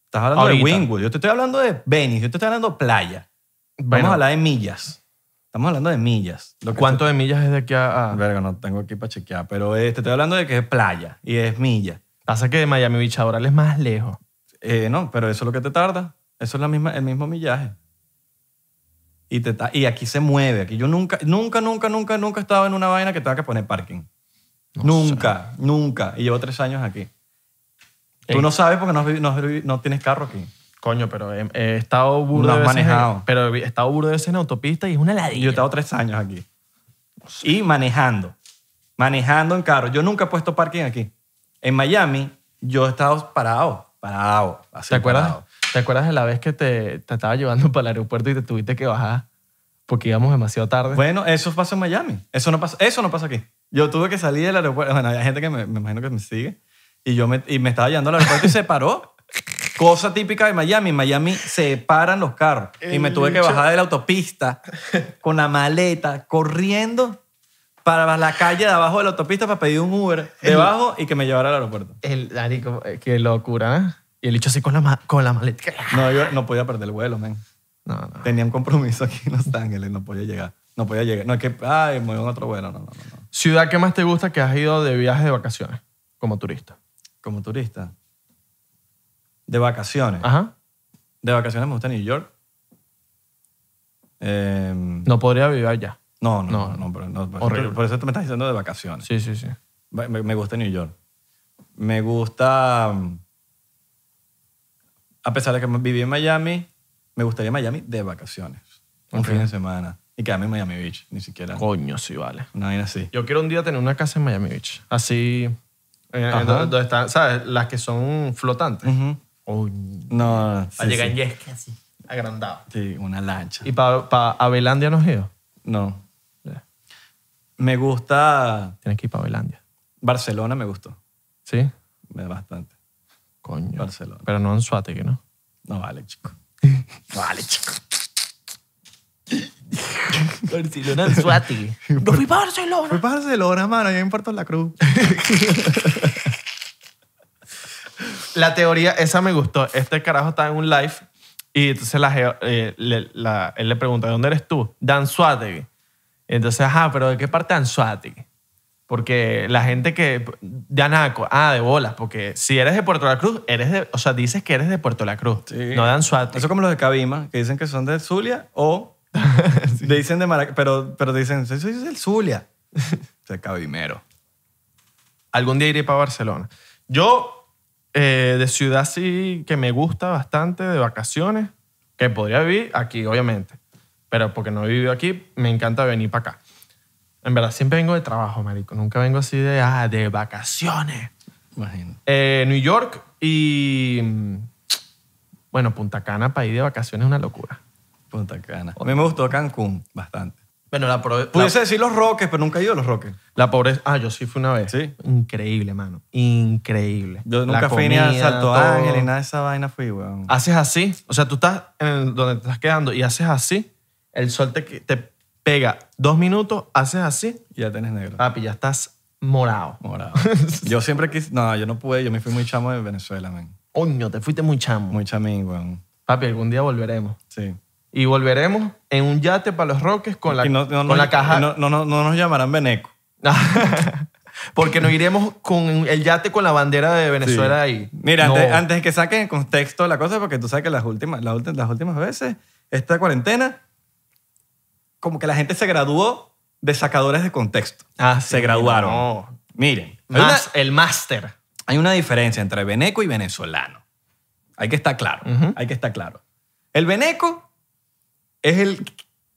Speaker 2: Estás hablando
Speaker 1: Ahorita.
Speaker 2: de Wingwood. Yo te estoy hablando de Venice. Yo te estoy hablando de playa.
Speaker 1: Bueno,
Speaker 2: Vamos a hablar de millas. Estamos hablando de millas. Lo que Ah,
Speaker 1: ¿Cuánto de millas es de aquí a.? a-
Speaker 2: Verga, no tengo aquí para chequear, pero eh, te estoy hablando de que es playa y es milla.
Speaker 1: Pasa que de Miami Beach a Doral es más lejos.
Speaker 2: Eh, no, pero eso es lo que te tarda. Eso es la misma, el mismo millaje. Y, te ta- y aquí se mueve. Aquí yo nunca, nunca, nunca, nunca, nunca he estado en una vaina que tenga que poner parking. nunca, nunca. Y llevo tres años aquí. Tú
Speaker 1: Ey.
Speaker 2: no sabes porque no, has vivi- no has vivi- no tienes carro aquí.
Speaker 1: Coño, pero he, he estado burdo
Speaker 2: No
Speaker 1: de
Speaker 2: has
Speaker 1: veces en-
Speaker 2: manejado.
Speaker 1: pero he estado burdo de veces en autopista y es una ladilla.
Speaker 2: Yo he estado tres años aquí. Y manejando. Manejando en carro. Yo nunca he puesto parking aquí. En Miami, yo he estado parado. Parado. así,
Speaker 1: ¿Te acuerdas?
Speaker 2: parado.
Speaker 1: ¿Te acuerdas de la vez que te, te estaba llevando para el aeropuerto y te tuviste que bajar porque íbamos demasiado tarde?
Speaker 2: Bueno, eso pasa en Miami. Eso no pasa, eso no pasa aquí. Yo tuve que salir del aeropuerto. Bueno, hay gente que me, me imagino que me sigue. Y yo me, y me estaba llevando al aeropuerto y se paró. Cosa típica de Miami. En Miami se paran los carros. y me
Speaker 1: El
Speaker 2: tuve que
Speaker 1: bicho.
Speaker 2: bajar de la autopista con la maleta, corriendo para la calle de abajo de la autopista para pedir un Uber debajo y que me llevara al aeropuerto.
Speaker 1: El, marico, eh, qué locura. ¿eh? Y el bicho así con la, ma- con la maleta.
Speaker 2: No, yo no podía perder el vuelo, men.
Speaker 1: No, no.
Speaker 2: Tenía un compromiso aquí en Los Ángeles, no podía llegar. No podía llegar. No es que, ay, me voy en otro vuelo. No, no, no. no.
Speaker 1: ¿Ciudad que más te gusta que has ido de viajes de vacaciones como turista?
Speaker 2: Como turista. De vacaciones.
Speaker 1: Ajá.
Speaker 2: De vacaciones me gusta New York. Em,
Speaker 1: No podría vivir allá.
Speaker 2: no, no,
Speaker 1: no,
Speaker 2: no, no, pero no, por,
Speaker 1: horrible.
Speaker 2: eso, por eso tú me estás diciendo de vacaciones.
Speaker 1: Sí, sí, sí.
Speaker 2: Me, me- me gusta New York. Me gusta. mm, A pesar de que viví en Miami, me gustaría Miami de vacaciones. Un
Speaker 1: Ok. Oh.
Speaker 2: fin de semana. Y quedarme en Miami Beach, ni siquiera.
Speaker 1: Coño, sí, vale.
Speaker 2: Una vaina así.
Speaker 1: Yo quiero un día tener una casa en Miami Beach. Así. eh,
Speaker 2: Ajá.
Speaker 1: eh, donde, donde están, ¿sabes? Las que son flotantes.
Speaker 2: Ujú.
Speaker 1: Coño.
Speaker 2: No, no, no,
Speaker 1: Para
Speaker 2: sí,
Speaker 1: llegar
Speaker 2: sí.
Speaker 1: en jet ski así, agrandado.
Speaker 2: Sí, una lancha.
Speaker 1: ¿Y para pa Avelandia no has ido?
Speaker 2: No.
Speaker 1: Ya.
Speaker 2: Me gusta.
Speaker 1: Tienes que ir para Avelandia.
Speaker 2: Barcelona me gustó.
Speaker 1: ¿Sí?
Speaker 2: Me- Bastante.
Speaker 1: Coño.
Speaker 2: Barcelona.
Speaker 1: Pero no en Suátegui, ¿no?
Speaker 2: No vale, chico.
Speaker 3: Vale, chico. Barcelona en Suátegui. ¡No fui para Barcelona!
Speaker 2: Fui para Barcelona, mano. Yo en Puerto La Cruz.
Speaker 1: La teoría, esa me gustó. Este carajo está en un live y entonces la, geo- eh, le- la- él le pregunta, ¿de dónde eres tú? De Anzuategui. Entonces, ajá, pero ¿de qué parte de Anzuategui? Porque la gente que... De Anaco. Ah, de bolas. Porque si eres de Puerto La Cruz, eres de... O sea, dices que eres de Puerto La Cruz.
Speaker 2: Sí.
Speaker 1: No de Anzuategui.
Speaker 2: Eso como los de Cabima, que dicen que son de Zulia o le dicen de Maracay, pero, pero dicen, soy soy del Zulia. o sea, cabimero.
Speaker 1: Algún día iré para Barcelona. Yo, eh, de ciudad sí que me gusta bastante, de vacaciones, que podría vivir aquí, obviamente. Pero porque no he vivido aquí, me encanta venir para acá. En verdad, siempre vengo de trabajo, marico. Nunca vengo así de, ah, de vacaciones.
Speaker 2: Imagino.
Speaker 1: Eh, New York y... mm, Bueno, Punta Cana para ir de vacaciones es una locura.
Speaker 2: Punta Cana. A mí me gustó Cancún bastante.
Speaker 1: Bueno, la, pro- la,
Speaker 2: Pudiese decir Los Roques, pero nunca he ido a Los Roques.
Speaker 1: la pobreza... Ah, yo sí fui una vez.
Speaker 2: Sí.
Speaker 1: Increíble, mano. Increíble.
Speaker 2: Yo
Speaker 1: La
Speaker 2: nunca fui ni a
Speaker 1: comida,
Speaker 2: Salto
Speaker 1: todo.
Speaker 2: Ángel ni nada de esa vaina fui, weón.
Speaker 1: haces así, o sea, tú estás en el- donde te estás quedando y haces así, el sol te, te pega dos minutos, haces así,
Speaker 2: Y ya tenés negro.
Speaker 1: papi, ya estás morado.
Speaker 2: Morado. yo siempre quise... No, yo no pude. Yo me fui muy chamo de Venezuela, man.
Speaker 1: Oño, te fuiste muy chamo.
Speaker 2: Muy chamín, weón.
Speaker 1: Papi, algún día volveremos.
Speaker 2: Sí.
Speaker 1: Y volveremos en un yate para los roques con la,
Speaker 2: Y no- no-
Speaker 1: con
Speaker 2: no-
Speaker 1: la caja.
Speaker 2: y No, no, no, no nos llamarán Beneco.
Speaker 1: Porque nos iremos con el yate con la bandera de Venezuela
Speaker 2: Sí.
Speaker 1: ahí.
Speaker 2: Mira,
Speaker 1: No.
Speaker 2: antes, antes que saquen en contexto la cosa, porque tú sabes que las últimas, las últimas, las últimas veces, esta cuarentena, como que la gente se graduó de sacadores de contexto.
Speaker 1: Ah,
Speaker 2: se
Speaker 1: sí,
Speaker 2: graduaron.
Speaker 1: no.
Speaker 2: Miren, hay una,
Speaker 1: Más, el máster.
Speaker 2: hay una diferencia entre veneco y venezolano. Hay que estar claro, hay que estar claro. El veneco es el,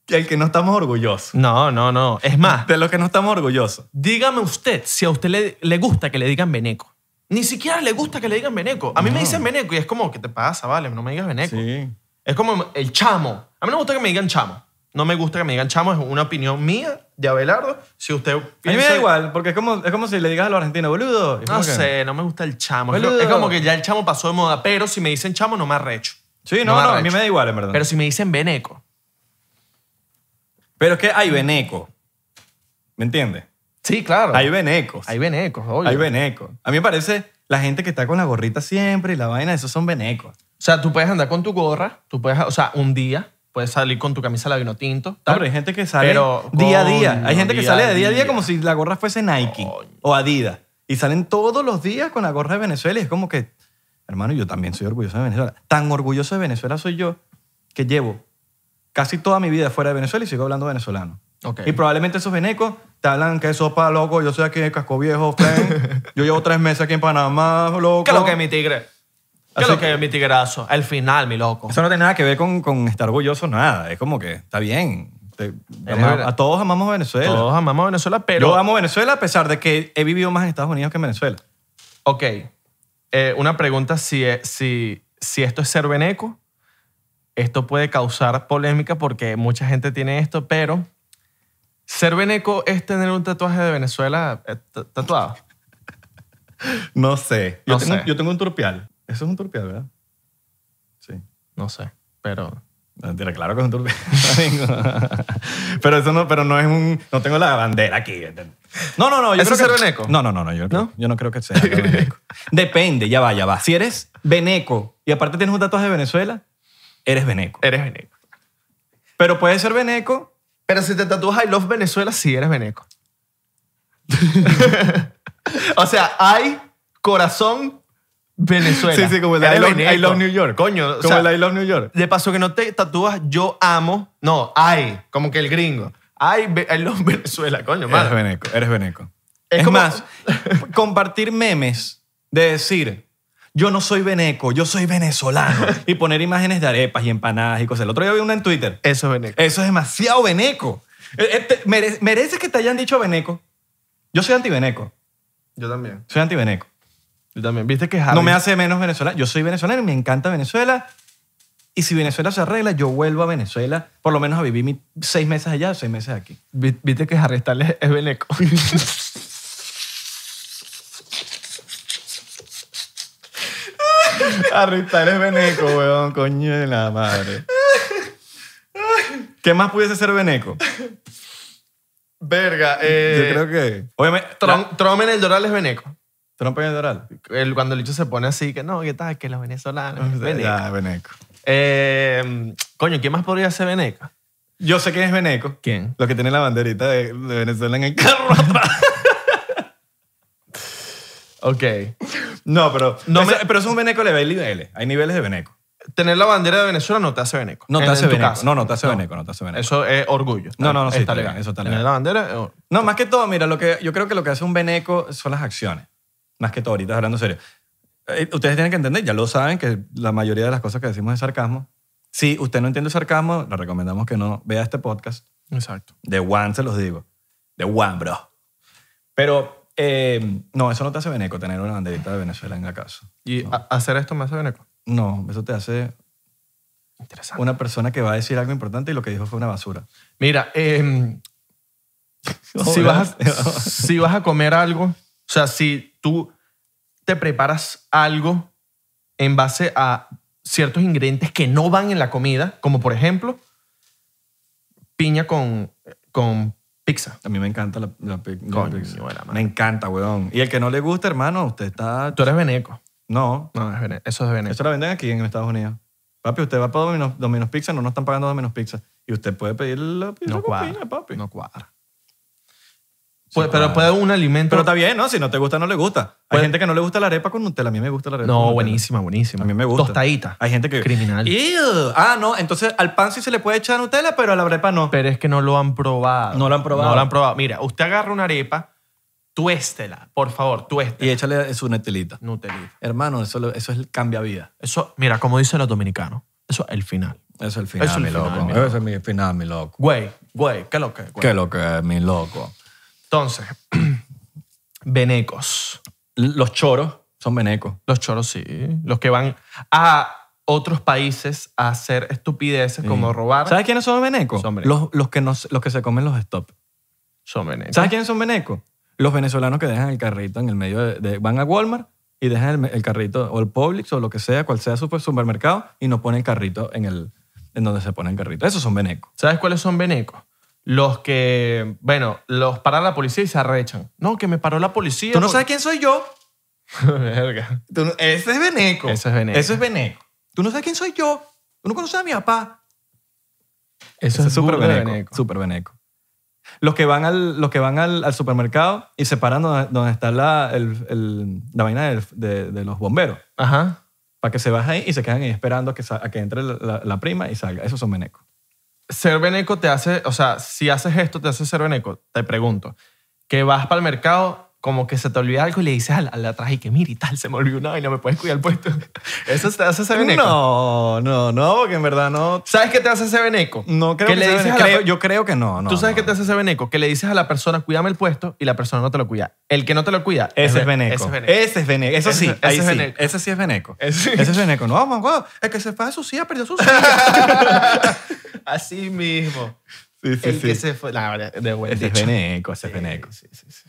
Speaker 2: el que no estamos orgullosos.
Speaker 1: No, no, no. Es más,
Speaker 2: De los que no estamos orgullosos.
Speaker 1: Dígame usted si a usted le, le gusta que le digan veneco. Ni siquiera le gusta que le digan veneco. A mí me dicen veneco y es como, ¿qué te pasa? Vale, no me digas veneco.
Speaker 2: Sí.
Speaker 1: Es como el chamo. A mí no me gusta que me digan chamo. No me gusta que me digan chamo. Es una opinión mía de Abelardo. Si usted
Speaker 2: A mí me
Speaker 1: piensa...
Speaker 2: da igual, porque es como, es como si le digas a los argentinos, boludo. Y es como
Speaker 1: No
Speaker 2: que-
Speaker 1: sé, no me gusta el chamo. Es
Speaker 2: Boludo.
Speaker 1: lo- Es como que ya el chamo pasó de moda. Pero si me dicen chamo, no me arrecho.
Speaker 2: Sí, no,
Speaker 1: me
Speaker 2: no, a mí
Speaker 1: arrecho.
Speaker 2: me da igual, en verdad.
Speaker 1: Pero si me dicen veneco.
Speaker 2: Pero es que hay veneco. ¿Me entiendes?
Speaker 1: Sí, claro.
Speaker 2: Hay venecos.
Speaker 1: Hay venecos, obvio.
Speaker 2: Hay venecos. A mí me parece la gente que está con la gorrita siempre y la vaina, esos son venecos.
Speaker 1: O sea, tú puedes andar con tu gorra. Tú puedes... O sea, un día puedes salir con tu camisa la vino tinto.
Speaker 2: No,
Speaker 1: tal.
Speaker 2: pero hay gente que sale
Speaker 1: Pero,
Speaker 2: día a día.
Speaker 1: coño,
Speaker 2: Hay gente que
Speaker 1: día
Speaker 2: sale
Speaker 1: a
Speaker 2: de día a día
Speaker 1: día.
Speaker 2: como si la gorra fuese Nike
Speaker 1: Coño.
Speaker 2: o Adidas. Y salen todos los días con la gorra de Venezuela y es como que, hermano, yo también soy orgulloso de Venezuela. Tan orgulloso de Venezuela soy yo que llevo casi toda mi vida fuera de Venezuela y sigo hablando venezolano.
Speaker 1: Ok.
Speaker 2: Y probablemente esos venecos te hablan que sopa, loco, yo soy aquí de Casco Viejo, friend. yo llevo tres meses aquí en Panamá, loco.
Speaker 1: ¿Qué es lo que es mi tigre? ¿Qué es
Speaker 2: Así
Speaker 1: lo que es mi tigrazo? El final, mi loco.
Speaker 2: Eso no tiene nada que ver con, con estar orgulloso, nada. Es como que está bien. Te- ama-
Speaker 1: verdad.
Speaker 2: a todos amamos a Venezuela.
Speaker 1: Todos amamos a Venezuela, pero...
Speaker 2: Yo Eh, amo Venezuela a pesar de que he vivido más en Estados Unidos que en Venezuela.
Speaker 1: Ok. Eh, una pregunta, si, es- si, si esto es ser veneco, esto puede causar polémica porque mucha gente tiene esto, pero ser veneco es tener un tatuaje de Venezuela eh, ta- tatuado.
Speaker 2: No sé. Yo,
Speaker 1: No
Speaker 2: tengo,
Speaker 1: sé.
Speaker 2: yo tengo un turpial. Eso es un turpial, ¿verdad? Sí.
Speaker 1: No sé, pero...
Speaker 2: No, Mentira, claro que es un turpial. pero eso no, pero no es un. No tengo la bandera aquí. ¿entiendes? No, no, no. Yo
Speaker 1: ¿Eso
Speaker 2: creo
Speaker 1: es
Speaker 2: que-
Speaker 1: ser veneco?
Speaker 2: No, no, no, no. Yo,
Speaker 1: ¿No?
Speaker 2: yo no creo que sea ser veneco. Depende, ya va, ya va. Si eres veneco y aparte tienes un tatuaje de Venezuela, eres veneco.
Speaker 1: Eres veneco.
Speaker 2: Pero puede ser veneco.
Speaker 1: Pero si te tatúas I Love Venezuela, sí eres veneco. o sea, hay corazón Venezuela.
Speaker 2: Sí, sí, como el de
Speaker 1: Eres
Speaker 2: I Love-
Speaker 1: veneco.
Speaker 2: I Love New York.
Speaker 1: Coño, o
Speaker 2: Como
Speaker 1: sea,
Speaker 2: el I Love New York.
Speaker 1: de paso que no te tatúas yo amo, no, hay, como que el gringo. Hay I Love Venezuela, coño,
Speaker 2: Eres
Speaker 1: madre.
Speaker 2: veneco, eres veneco.
Speaker 1: Es
Speaker 2: Es,
Speaker 1: como-
Speaker 2: más, compartir memes de decir, yo no soy veneco, yo soy venezolano. y poner imágenes de arepas y empanadas y cosas. El otro día vi una en Twitter.
Speaker 1: Eso es veneco.
Speaker 2: Eso es demasiado veneco. Eh, eh, te- mere- merece que te hayan dicho veneco. Yo soy antiveneco.
Speaker 1: Yo también.
Speaker 2: Soy antiveneco.
Speaker 1: Yo también. ¿Viste que Javi?
Speaker 2: No me hace menos venezolano. Yo soy venezolano y me encanta Venezuela. Y si Venezuela se arregla, yo vuelvo a Venezuela, por lo menos a vivir mis seis meses allá, seis meses aquí.
Speaker 1: Vi- ¿Viste que Harry Styles es- es veneco?
Speaker 2: Arristar es veneco, weón, coño de la madre. ¿Qué más pudiese ser veneco?
Speaker 1: Verga. eh,
Speaker 2: Yo creo que. Obviamente,
Speaker 1: Trump, Trump en el Doral es veneco.
Speaker 2: Trump en el Doral.
Speaker 1: El- cuando el dicho se pone así, que no, ¿qué tal? Que los venezolanos. veneco.
Speaker 2: Ya, veneco.
Speaker 1: Eh, coño, ¿quién más podría ser veneco?
Speaker 2: Yo sé quién es veneco.
Speaker 1: ¿Quién?
Speaker 2: Los que tienen la banderita de, de Venezuela en el carro atrás.
Speaker 1: Ok.
Speaker 2: No, pero.
Speaker 1: No
Speaker 2: ese-
Speaker 1: me-
Speaker 2: Pero es un veneco nivel niveles. Hay niveles de veneco.
Speaker 1: Tener la bandera de Venezuela no te hace veneco.
Speaker 2: No te
Speaker 1: En-
Speaker 2: hace
Speaker 1: en tu
Speaker 2: veneco.
Speaker 1: casa.
Speaker 2: No, no te hace veneco, no te hace veneco.
Speaker 1: Eso es orgullo.
Speaker 2: No, no, no, sí,
Speaker 1: Está
Speaker 2: está
Speaker 1: legal.
Speaker 2: legal, eso está
Speaker 1: Tener
Speaker 2: legal.
Speaker 1: la bandera. eh, or-
Speaker 2: No, más que todo, mira, lo que, yo creo que lo que hace un veneco son las acciones. Más que todo, ahorita hablando en serio. Eh, Ustedes tienen que entender, ya lo saben, que la mayoría de las cosas que decimos es sarcasmo. Si usted no entiende el sarcasmo, le recomendamos que no vea este podcast.
Speaker 1: Exacto.
Speaker 2: De one se los digo. De one, bro. Pero, eh, no, eso no te hace veneco tener una banderita de Venezuela en la casa.
Speaker 1: Y a- hacer esto me hace veneco.
Speaker 2: No, eso te hace
Speaker 1: Interesante.
Speaker 2: una persona que va a decir algo importante y lo que dijo fue una basura.
Speaker 1: Mira, eh, si, vas a, si vas a comer algo, o sea, si tú te preparas algo en base a ciertos ingredientes que no van en la comida, como por ejemplo piña con, con pizza.
Speaker 2: A mí me encanta la, la pi- la
Speaker 1: Coño
Speaker 2: pizza.
Speaker 1: de la madre.
Speaker 2: Me encanta, weón. Y el que no le gusta, hermano, usted está...
Speaker 1: Tú eres veneco.
Speaker 2: No,
Speaker 1: No, es vene- eso es veneco.
Speaker 2: eso la venden aquí en Estados Unidos. Papi, usted va para Domino's, Domino's Pizza, no nos están pagando Domino's Pizza. Y usted puede pedir la pizza
Speaker 1: No
Speaker 2: con
Speaker 1: cuadra.
Speaker 2: piña, papi.
Speaker 1: No cuadra.
Speaker 2: Sí
Speaker 1: Puede- pero
Speaker 2: cuadra.
Speaker 1: puede un alimento.
Speaker 2: Pero está bien, ¿no? Si no te gusta, no le gusta. Hay
Speaker 1: Puede-
Speaker 2: gente que no le gusta la arepa con Nutella. A mí me gusta la arepa con
Speaker 1: no,
Speaker 2: Nutella.
Speaker 1: buenísima, buenísima.
Speaker 2: A mí me gusta.
Speaker 1: Tostadita.
Speaker 2: Hay gente que...
Speaker 1: Criminal.
Speaker 2: Ew. Ah, no, entonces al pan sí se le puede echar Nutella, pero a la arepa no.
Speaker 1: Pero es que no lo han probado.
Speaker 2: No lo han probado.
Speaker 1: No lo han probado. Mira, usted agarra una arepa, tuéstela, por favor, tuéstela.
Speaker 2: Y échale su Nutelita.
Speaker 1: Nutelita.
Speaker 2: Hermano, eso, lo- eso es el cambia vida.
Speaker 1: Eso, mira, como dicen los dominicanos, eso es el final.
Speaker 2: Eso es el
Speaker 1: final, mi loco. Eso
Speaker 2: es mi final, mi loco.
Speaker 1: Güey, güey, ¿qué lo que? güey?
Speaker 2: lo que es, mi loco?
Speaker 1: Entonces, venecos.
Speaker 2: Los choros son venecos.
Speaker 1: Los choros sí. Los que van a otros países a hacer estupideces como robar
Speaker 2: ¿Sabes quiénes son venecos?
Speaker 1: Son venecos.
Speaker 2: Los, los que nos- los que se comen los stop.
Speaker 1: son venecos.
Speaker 2: ¿Sabes quiénes son venecos? Los venezolanos que dejan el carrito en el medio de, de- van a Walmart y dejan el, el carrito o el Publix o lo que sea, cual sea su pues, supermercado y no ponen el carrito en el en donde se pone el carrito. Esos son venecos.
Speaker 1: ¿Sabes cuáles son venecos? Los que, bueno, los para la policía y se arrechan. No, que me paró la policía.
Speaker 2: Tú no
Speaker 1: por-
Speaker 2: sabes quién soy yo.
Speaker 1: Verga.
Speaker 2: Tú no- ese es veneco.
Speaker 1: Ese es veneco.
Speaker 2: Eso es veneco. Tú no sabes quién soy yo. Tú no conoces a mi papá.
Speaker 1: Eso
Speaker 2: Ese es súper
Speaker 1: burda de
Speaker 2: veneco, Súper veneco. Los que van al, los que van al, al supermercado y se paran donde, donde está la, el- el- la vaina del- de, de los bomberos.
Speaker 1: Ajá.
Speaker 2: Para que se bajen ahí y se quedan ahí esperando a que, sa- a que entre la, la- la prima y salga. Esos son venecos.
Speaker 1: Ser veneco te hace, o sea, si haces esto, te hace ser veneco. Te pregunto, que vas para el mercado, como que se te olvida algo y le dices al, al de atrás y que mira y tal, se me olvidó una vaina, me puedes cuidar el puesto. Eso te hace ser veneco.
Speaker 2: No, no, no, porque en verdad no.
Speaker 1: ¿Sabes qué te hace ser veneco?
Speaker 2: No creo
Speaker 1: ¿Qué
Speaker 2: que,
Speaker 1: le
Speaker 2: sea
Speaker 1: dices a
Speaker 2: veneco.
Speaker 1: la-
Speaker 2: Creo- Yo creo que no. no
Speaker 1: ¿Tú sabes
Speaker 2: no.
Speaker 1: qué te hace ser veneco? Que le dices a la persona, cuídame el puesto y la persona no te lo cuida. El que no te lo cuida.
Speaker 2: Ese es
Speaker 1: ven-
Speaker 2: veneco.
Speaker 1: Ese es veneco.
Speaker 2: Ese es veneco. Eso
Speaker 1: Ese-
Speaker 2: sí,
Speaker 1: ese
Speaker 2: ahí
Speaker 1: es
Speaker 2: sí.
Speaker 1: veneco.
Speaker 2: Ese sí es veneco.
Speaker 1: Ese-
Speaker 2: Eh, Ese es veneco. No, vamos, vamos. El que se fue a su silla perdió su silla.
Speaker 1: Así mismo.
Speaker 2: Sí,
Speaker 1: el que se fue. La verdad, de buen
Speaker 2: Ese es
Speaker 1: dicho.
Speaker 2: veneco, ese es veneco.
Speaker 1: Sí, sí, sí.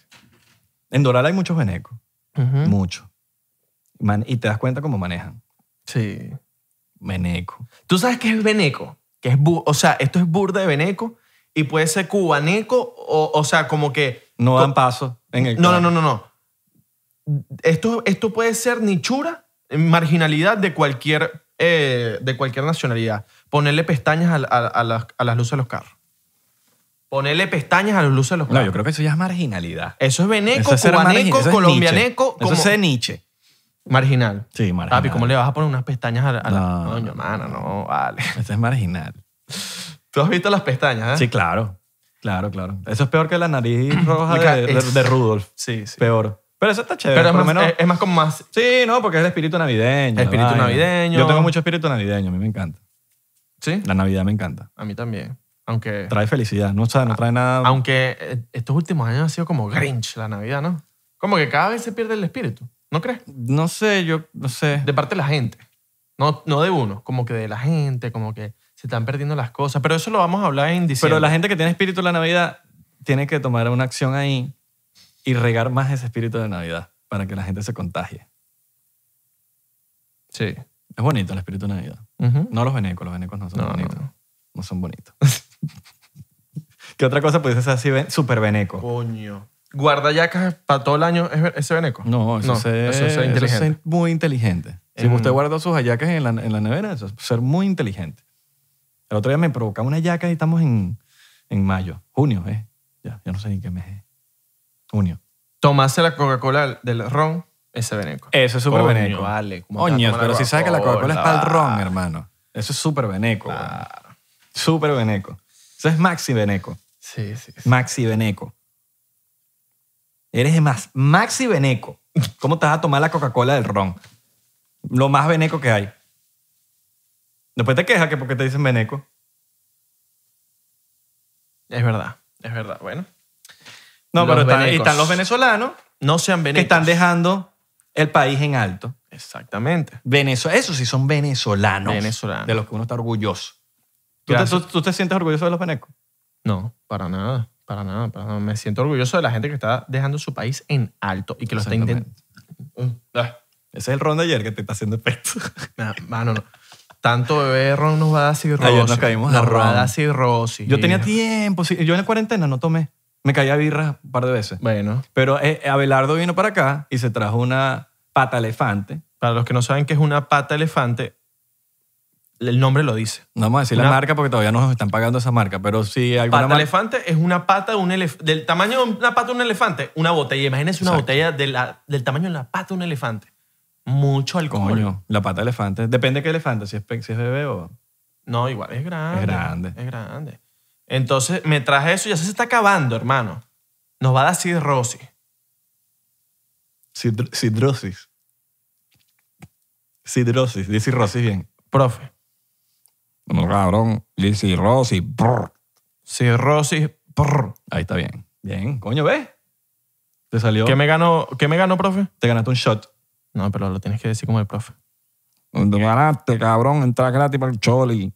Speaker 2: En Doral hay muchos venecos.
Speaker 1: Ujú.
Speaker 2: Mucho. Man- y te das cuenta cómo manejan.
Speaker 1: Sí.
Speaker 2: Veneco.
Speaker 1: ¿Tú sabes qué es veneco? Que es bu- o sea, esto es burda de veneco y puede ser cubaneco o, o sea, como que...
Speaker 2: No
Speaker 1: Co-
Speaker 2: dan paso en el
Speaker 1: No, no, no, no, no. esto, esto puede ser nichura, marginalidad de cualquier, eh, de cualquier nacionalidad. Ponerle pestañas a, a- a las, a las luces de los carros. Ponerle pestañas a las luces de los
Speaker 3: No,
Speaker 1: carros.
Speaker 3: yo creo que eso ya es marginalidad.
Speaker 1: Eso es veneco,
Speaker 3: Eso es ser margin-
Speaker 1: cubaneco,
Speaker 3: eso es
Speaker 1: colombianeco,
Speaker 2: Eso
Speaker 1: como
Speaker 2: es de Nietzsche.
Speaker 1: marginal.
Speaker 3: Sí, marginal.
Speaker 1: Papi, ¿cómo le vas a poner unas pestañas a la... a la-
Speaker 3: No.
Speaker 1: Coño, mano, no, vale.
Speaker 3: Eso es marginal.
Speaker 1: ¿Tú has visto las
Speaker 2: ¿Ah?
Speaker 1: pestañas, eh?
Speaker 3: Sí, claro. Claro, claro.
Speaker 2: Eso es peor que la nariz roja
Speaker 1: Mica-
Speaker 2: de, de-
Speaker 1: es-
Speaker 2: de Rudolf.
Speaker 1: Sí, sí.
Speaker 2: Peor. Pero eso está chévere.
Speaker 1: Pero es
Speaker 2: Eh, por lo
Speaker 1: más,
Speaker 2: menos-
Speaker 1: es- es más como más...
Speaker 2: Sí, no, porque es el espíritu navideño. la
Speaker 1: Espíritu
Speaker 2: vaina.
Speaker 1: navideño.
Speaker 2: Yo tengo mucho espíritu navideño, a mí me encanta.
Speaker 1: ¿Sí?
Speaker 2: La Navidad me encanta.
Speaker 1: A mí también. Aunque...
Speaker 2: Trae felicidad, no, o sea, no trae nada.
Speaker 1: Aunque eh, estos últimos años ha sido como Grinch la Navidad, ¿no? Como que cada vez se pierde el espíritu, ¿no crees?
Speaker 2: No sé, yo no sé.
Speaker 1: De parte de la gente. No, no de uno, como que de la gente, como que se están perdiendo las cosas. Pero eso lo vamos a hablar en diciembre.
Speaker 2: Pero la gente que tiene espíritu de la Navidad tiene que tomar una acción ahí y regar más ese espíritu de Navidad para que la gente se contagie.
Speaker 1: Sí.
Speaker 2: Es bonito el espíritu de Navidad.
Speaker 1: Ujú.
Speaker 2: No los venecos, los venecos no son
Speaker 1: No, no,
Speaker 2: bonitos. No.
Speaker 1: no.
Speaker 2: son bonitos. ¿Qué otra cosa pudiese ser así? ven- Súper veneco.
Speaker 1: Coño. Guardayacas para todo el año es ver- ese veneco.
Speaker 2: No, eso, es ser-
Speaker 1: eso
Speaker 2: Mm.
Speaker 1: es ser
Speaker 2: eso es
Speaker 1: inteligente.
Speaker 2: ser muy inteligente. Si
Speaker 1: En-
Speaker 2: usted guarda sus hallacas en la, en la nevera, eso es ser muy inteligente. El otro día me provocaba una hallaca y estamos en, en mayo, junio, ¿eh? Ya, ya no sé ni qué mes es. Junio.
Speaker 1: Tomarse la Coca-Cola del ron, ese veneco.
Speaker 2: Eso es súper
Speaker 1: Coño,
Speaker 2: veneco.
Speaker 1: vale, ¿cómo te vas
Speaker 2: Oño,
Speaker 1: a tomar
Speaker 2: pero
Speaker 1: la
Speaker 2: si sabes que la Coca-Cola Ah. es para el ron,
Speaker 1: vale.
Speaker 2: hermano. Eso es súper veneco. güey. Súper veneco. Eso es maxi veneco.
Speaker 1: Sí, sí, sí.
Speaker 2: Maxi veneco. Eres de más maxi veneco. ¿Cómo te vas a tomar la Coca-Cola del ron? Lo más veneco que hay. Después te quejas que porque te dicen veneco.
Speaker 1: Es verdad, es verdad. Bueno,
Speaker 2: No,
Speaker 1: Los
Speaker 2: pero están, y
Speaker 1: venecos.
Speaker 2: están los venezolanos
Speaker 1: no sean
Speaker 2: que
Speaker 1: venecos.
Speaker 2: están dejando el país en alto.
Speaker 1: Exactamente.
Speaker 2: Venezuela, esos sí son venezolanos.
Speaker 1: Venezolanos.
Speaker 2: De los que uno está orgulloso. ¿Tú te,
Speaker 1: Gracias.
Speaker 2: tú- tú te sientes orgulloso de los venecos?
Speaker 1: No, para nada, para nada, para nada. Me siento orgulloso de la gente que está dejando su país en alto y que lo está Mm. intentando.
Speaker 2: Exactamente. Ah. Ese es el ron de ayer que te está haciendo efecto.
Speaker 1: Ah, Mano, no. Tanto beber ron nos va a dar cirrosis.
Speaker 2: Ayer nos caímos a
Speaker 1: nos
Speaker 2: ron.
Speaker 1: va a dar cirrosis.
Speaker 2: Yo tenía
Speaker 1: hijo.
Speaker 2: tiempo. sí, Yo en la cuarentena no tomé. Me caía birra un par de veces.
Speaker 1: Bueno,
Speaker 2: Pero eh, Abelardo vino para acá y se trajo una pata elefante.
Speaker 1: para los que no saben qué es una pata elefante, el nombre lo dice.
Speaker 2: No vamos a decir la
Speaker 1: Una-
Speaker 2: marca porque todavía no nos están pagando esa marca, pero sí alguna
Speaker 1: Pata
Speaker 2: marca.
Speaker 1: elefante es una pata de un elef- del tamaño de una pata de un elefante, una botella. Imagínense una
Speaker 2: Exacto.
Speaker 1: botella de la- del tamaño de la pata de un elefante. Mucho alcohol.
Speaker 2: Coño, la pata elefante. Depende de qué elefante, si es, pe- si es bebé o...
Speaker 1: No, igual es grande.
Speaker 2: Es grande.
Speaker 1: Es grande. Entonces me traje eso y ya se está acabando, hermano. Nos va a dar cirrosis.
Speaker 2: Sidro- Sidrosis. Sidrosis. Dice cirrosis bien.
Speaker 1: Profe,
Speaker 2: No, cabrón. Dice cirrosis.
Speaker 1: cirrosis. prr.
Speaker 2: Ahí está bien. Bien. Coño, ¿ves? Te salió...
Speaker 1: ¿Qué me ganó, ¿Qué me ganó, profe?
Speaker 2: Te ganaste un shot.
Speaker 1: No, pero lo tienes que decir como el profe.
Speaker 4: Donde ganaste, cabrón, entras gratis para el Choli.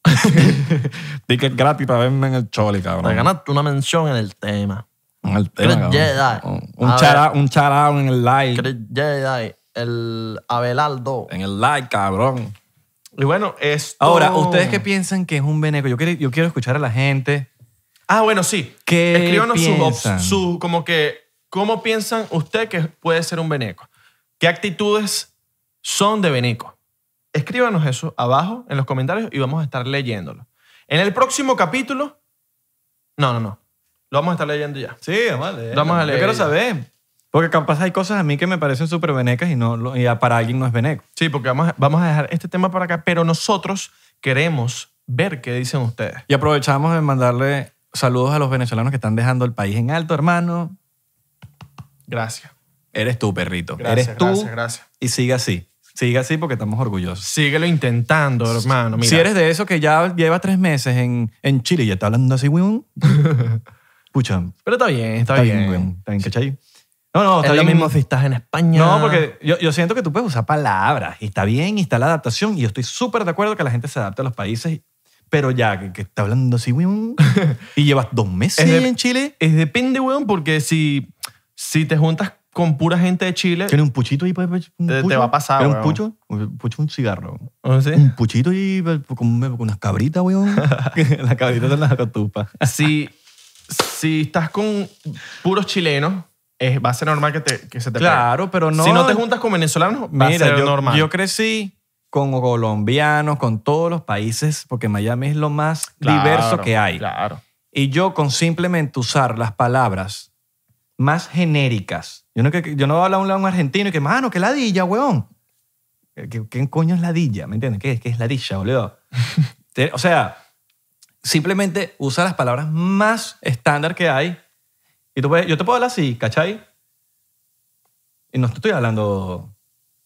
Speaker 4: Ticket gratis para verme en el Choli,
Speaker 1: Te
Speaker 4: cabrón.
Speaker 1: ganaste una mención en el tema.
Speaker 4: En el
Speaker 1: Chris
Speaker 4: tema,
Speaker 1: Jedi.
Speaker 4: cabrón. Un
Speaker 1: A ver.
Speaker 4: charao, un charao en el like.
Speaker 1: Chris Jedi, el Abelardo.
Speaker 4: En el like, cabrón.
Speaker 1: Y bueno, esto...
Speaker 2: Ahora, ¿ustedes qué piensan que es un veneco? Yo quiero, yo quiero escuchar a la gente.
Speaker 1: Ah, bueno, sí.
Speaker 2: ¿Qué
Speaker 1: Escríbanos sus
Speaker 2: piensan?
Speaker 1: op- su- como que, ¿cómo piensan usted que puede ser un veneco? ¿Qué actitudes son de veneco? Escríbanos eso abajo en los comentarios y vamos a estar leyéndolo. En el próximo capítulo... No, no, no. Lo vamos a estar leyendo ya.
Speaker 2: Sí, vamos a leer.
Speaker 1: Vamos a leer.
Speaker 2: Yo quiero saber. Porque capaz hay cosas a mí que me parecen súper venecas y, no, lo- y a- para alguien no es veneco.
Speaker 1: Sí, porque vamos a, vamos a dejar este tema para acá, pero nosotros queremos ver qué dicen ustedes.
Speaker 2: Y aprovechamos de mandarle saludos a los venezolanos que están dejando el país en alto, hermano.
Speaker 1: Gracias.
Speaker 2: Eres tú, perrito.
Speaker 1: Gracias,
Speaker 2: Eres tú.
Speaker 1: gracias, gracias.
Speaker 2: Y sigue así. Sigue así porque estamos orgullosos.
Speaker 1: Síguelo intentando, hermano. Ah, Mira.
Speaker 2: Si eres de esos que ya lleva tres meses en, en Chile y ya está hablando así, weón. Pucha,
Speaker 1: Pero está bien, está, bien.
Speaker 2: weón. Está bien, ¿cachai? No, no, está
Speaker 1: es lo
Speaker 2: bien.
Speaker 1: mismo si estás en España.
Speaker 2: No, porque yo, yo siento que tú puedes usar palabras y está bien y está la adaptación y yo estoy súper de acuerdo que la gente se adapte a los países, pero ya que, que está hablando así, weón, y llevas dos meses
Speaker 1: Es de-
Speaker 2: en Chile,
Speaker 1: Es depende, weón, porque si, si te juntas con pura gente de Chile,
Speaker 2: tiene un puchito ahí, pues, pues, un
Speaker 1: Te- te
Speaker 2: pucho,
Speaker 1: va a pasar,
Speaker 2: ¿Quieres
Speaker 1: weón.
Speaker 2: un pucho, un pucho, un cigarro, weón.
Speaker 1: ¿no sé?
Speaker 2: un puchito ahí pues, con, con unas cabritas, weón, las cabritas son las cotupas.
Speaker 1: si, si estás con puros chilenos, es- va a ser normal que, te- que se te pegue.
Speaker 2: Claro, pero no.
Speaker 1: Si no te juntas con venezolanos, va a
Speaker 2: Mira,
Speaker 1: ser
Speaker 2: yo,
Speaker 1: normal.
Speaker 2: yo crecí con colombianos, con todos los países, porque Miami es lo más
Speaker 1: Claro,
Speaker 2: diverso que hay.
Speaker 1: Claro.
Speaker 2: Y yo con simplemente usar las palabras más genéricas. Yo no, que- yo no voy a hablar a un, a un argentino y que, mano, qué ladilla, weón. ¿Qué, qué coño es ladilla? ¿Me entiendes? ¿Qué, es- qué es ladilla, boludo? Te- o sea, simplemente usa las palabras más estándar que hay. Y tú puedes- yo te puedo hablar así, ¿cachai? Y no te estoy hablando...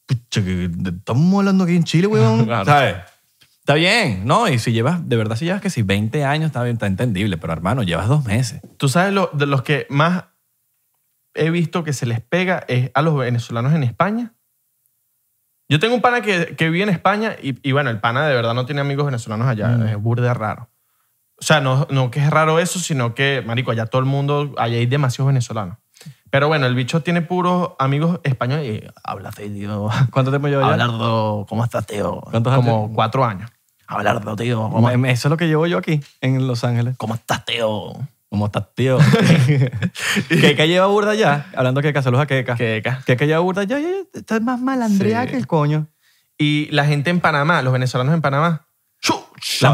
Speaker 2: Pucha, que que estamos hablando aquí en Chile, weón.
Speaker 1: Claro.
Speaker 2: ¿Sabes? Está bien, ¿no? Y si llevas, de verdad, si llevas que si 20 años, está bien, está entendible, pero hermano, llevas dos meses.
Speaker 1: Tú sabes, lo, de los que más he visto que se les pega es a los venezolanos en España. Yo tengo un pana que, que vive en España y, y bueno, el pana de verdad no tiene amigos venezolanos allá. Es burda raro. O sea, no, no que es raro eso, sino que, marico, allá todo el mundo, allá hay demasiados venezolanos. Pero bueno, el bicho tiene puros amigos españoles y habla seis idiomas.
Speaker 2: ¿Cuánto tiempo llevo allá?
Speaker 1: Abelardo, ¿cómo estás, tío?
Speaker 2: ¿Cuántos
Speaker 1: Como cuatro años. Abelardo, tío, ¿cómo,
Speaker 2: Em, Eso es lo que llevo yo aquí, en Los Ángeles.
Speaker 1: cómo estás, tío?
Speaker 2: ¿Cómo estás, tío? Queca lleva burda ya, hablando que saludos a Queca.
Speaker 1: Que ca-
Speaker 2: Queca lleva burda ya, ya, ya, estás más malandrea
Speaker 1: Sí.
Speaker 2: que el coño.
Speaker 1: Y la gente en Panamá, los venezolanos en Panamá. Chucha,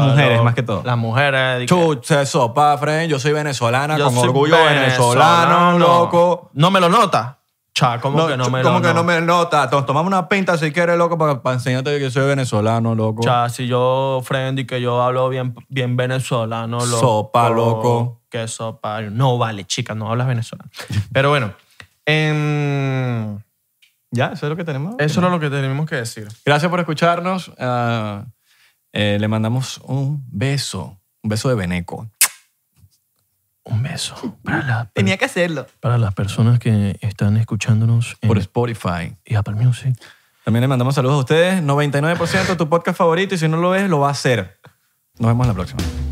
Speaker 2: Las mujeres,
Speaker 1: loco.
Speaker 2: más que todo.
Speaker 1: Las mujeres.
Speaker 2: Chucha, sopa, friend, yo soy venezolana,
Speaker 1: Yo soy venezolano. No me lo nota. Cha, ¿cómo que no me lo nota?
Speaker 2: nota? Tomamos una pinta si quieres, loco, para, enseñarte que soy venezolano, loco.
Speaker 1: Cha, si yo, friend, y que yo hablo bien, bien venezolano, loco.
Speaker 2: Sopa, loco.
Speaker 1: Que sopa. No vale, chica, no hablas venezolano. Pero bueno, em,
Speaker 2: Ya, eso es lo que tenemos.
Speaker 1: eso era lo que tenemos que decir.
Speaker 2: Gracias por escucharnos. Ah, eh, le mandamos un beso, un beso de Beneco.
Speaker 1: Un beso para, la-
Speaker 2: que hacerlo.
Speaker 1: para las personas que están escuchándonos en
Speaker 2: Por Spotify.
Speaker 1: Apple Music.
Speaker 2: También le mandamos saludos a ustedes. 99% tu podcast favorito y si no lo es, lo va a hacer. Nos vemos en la próxima.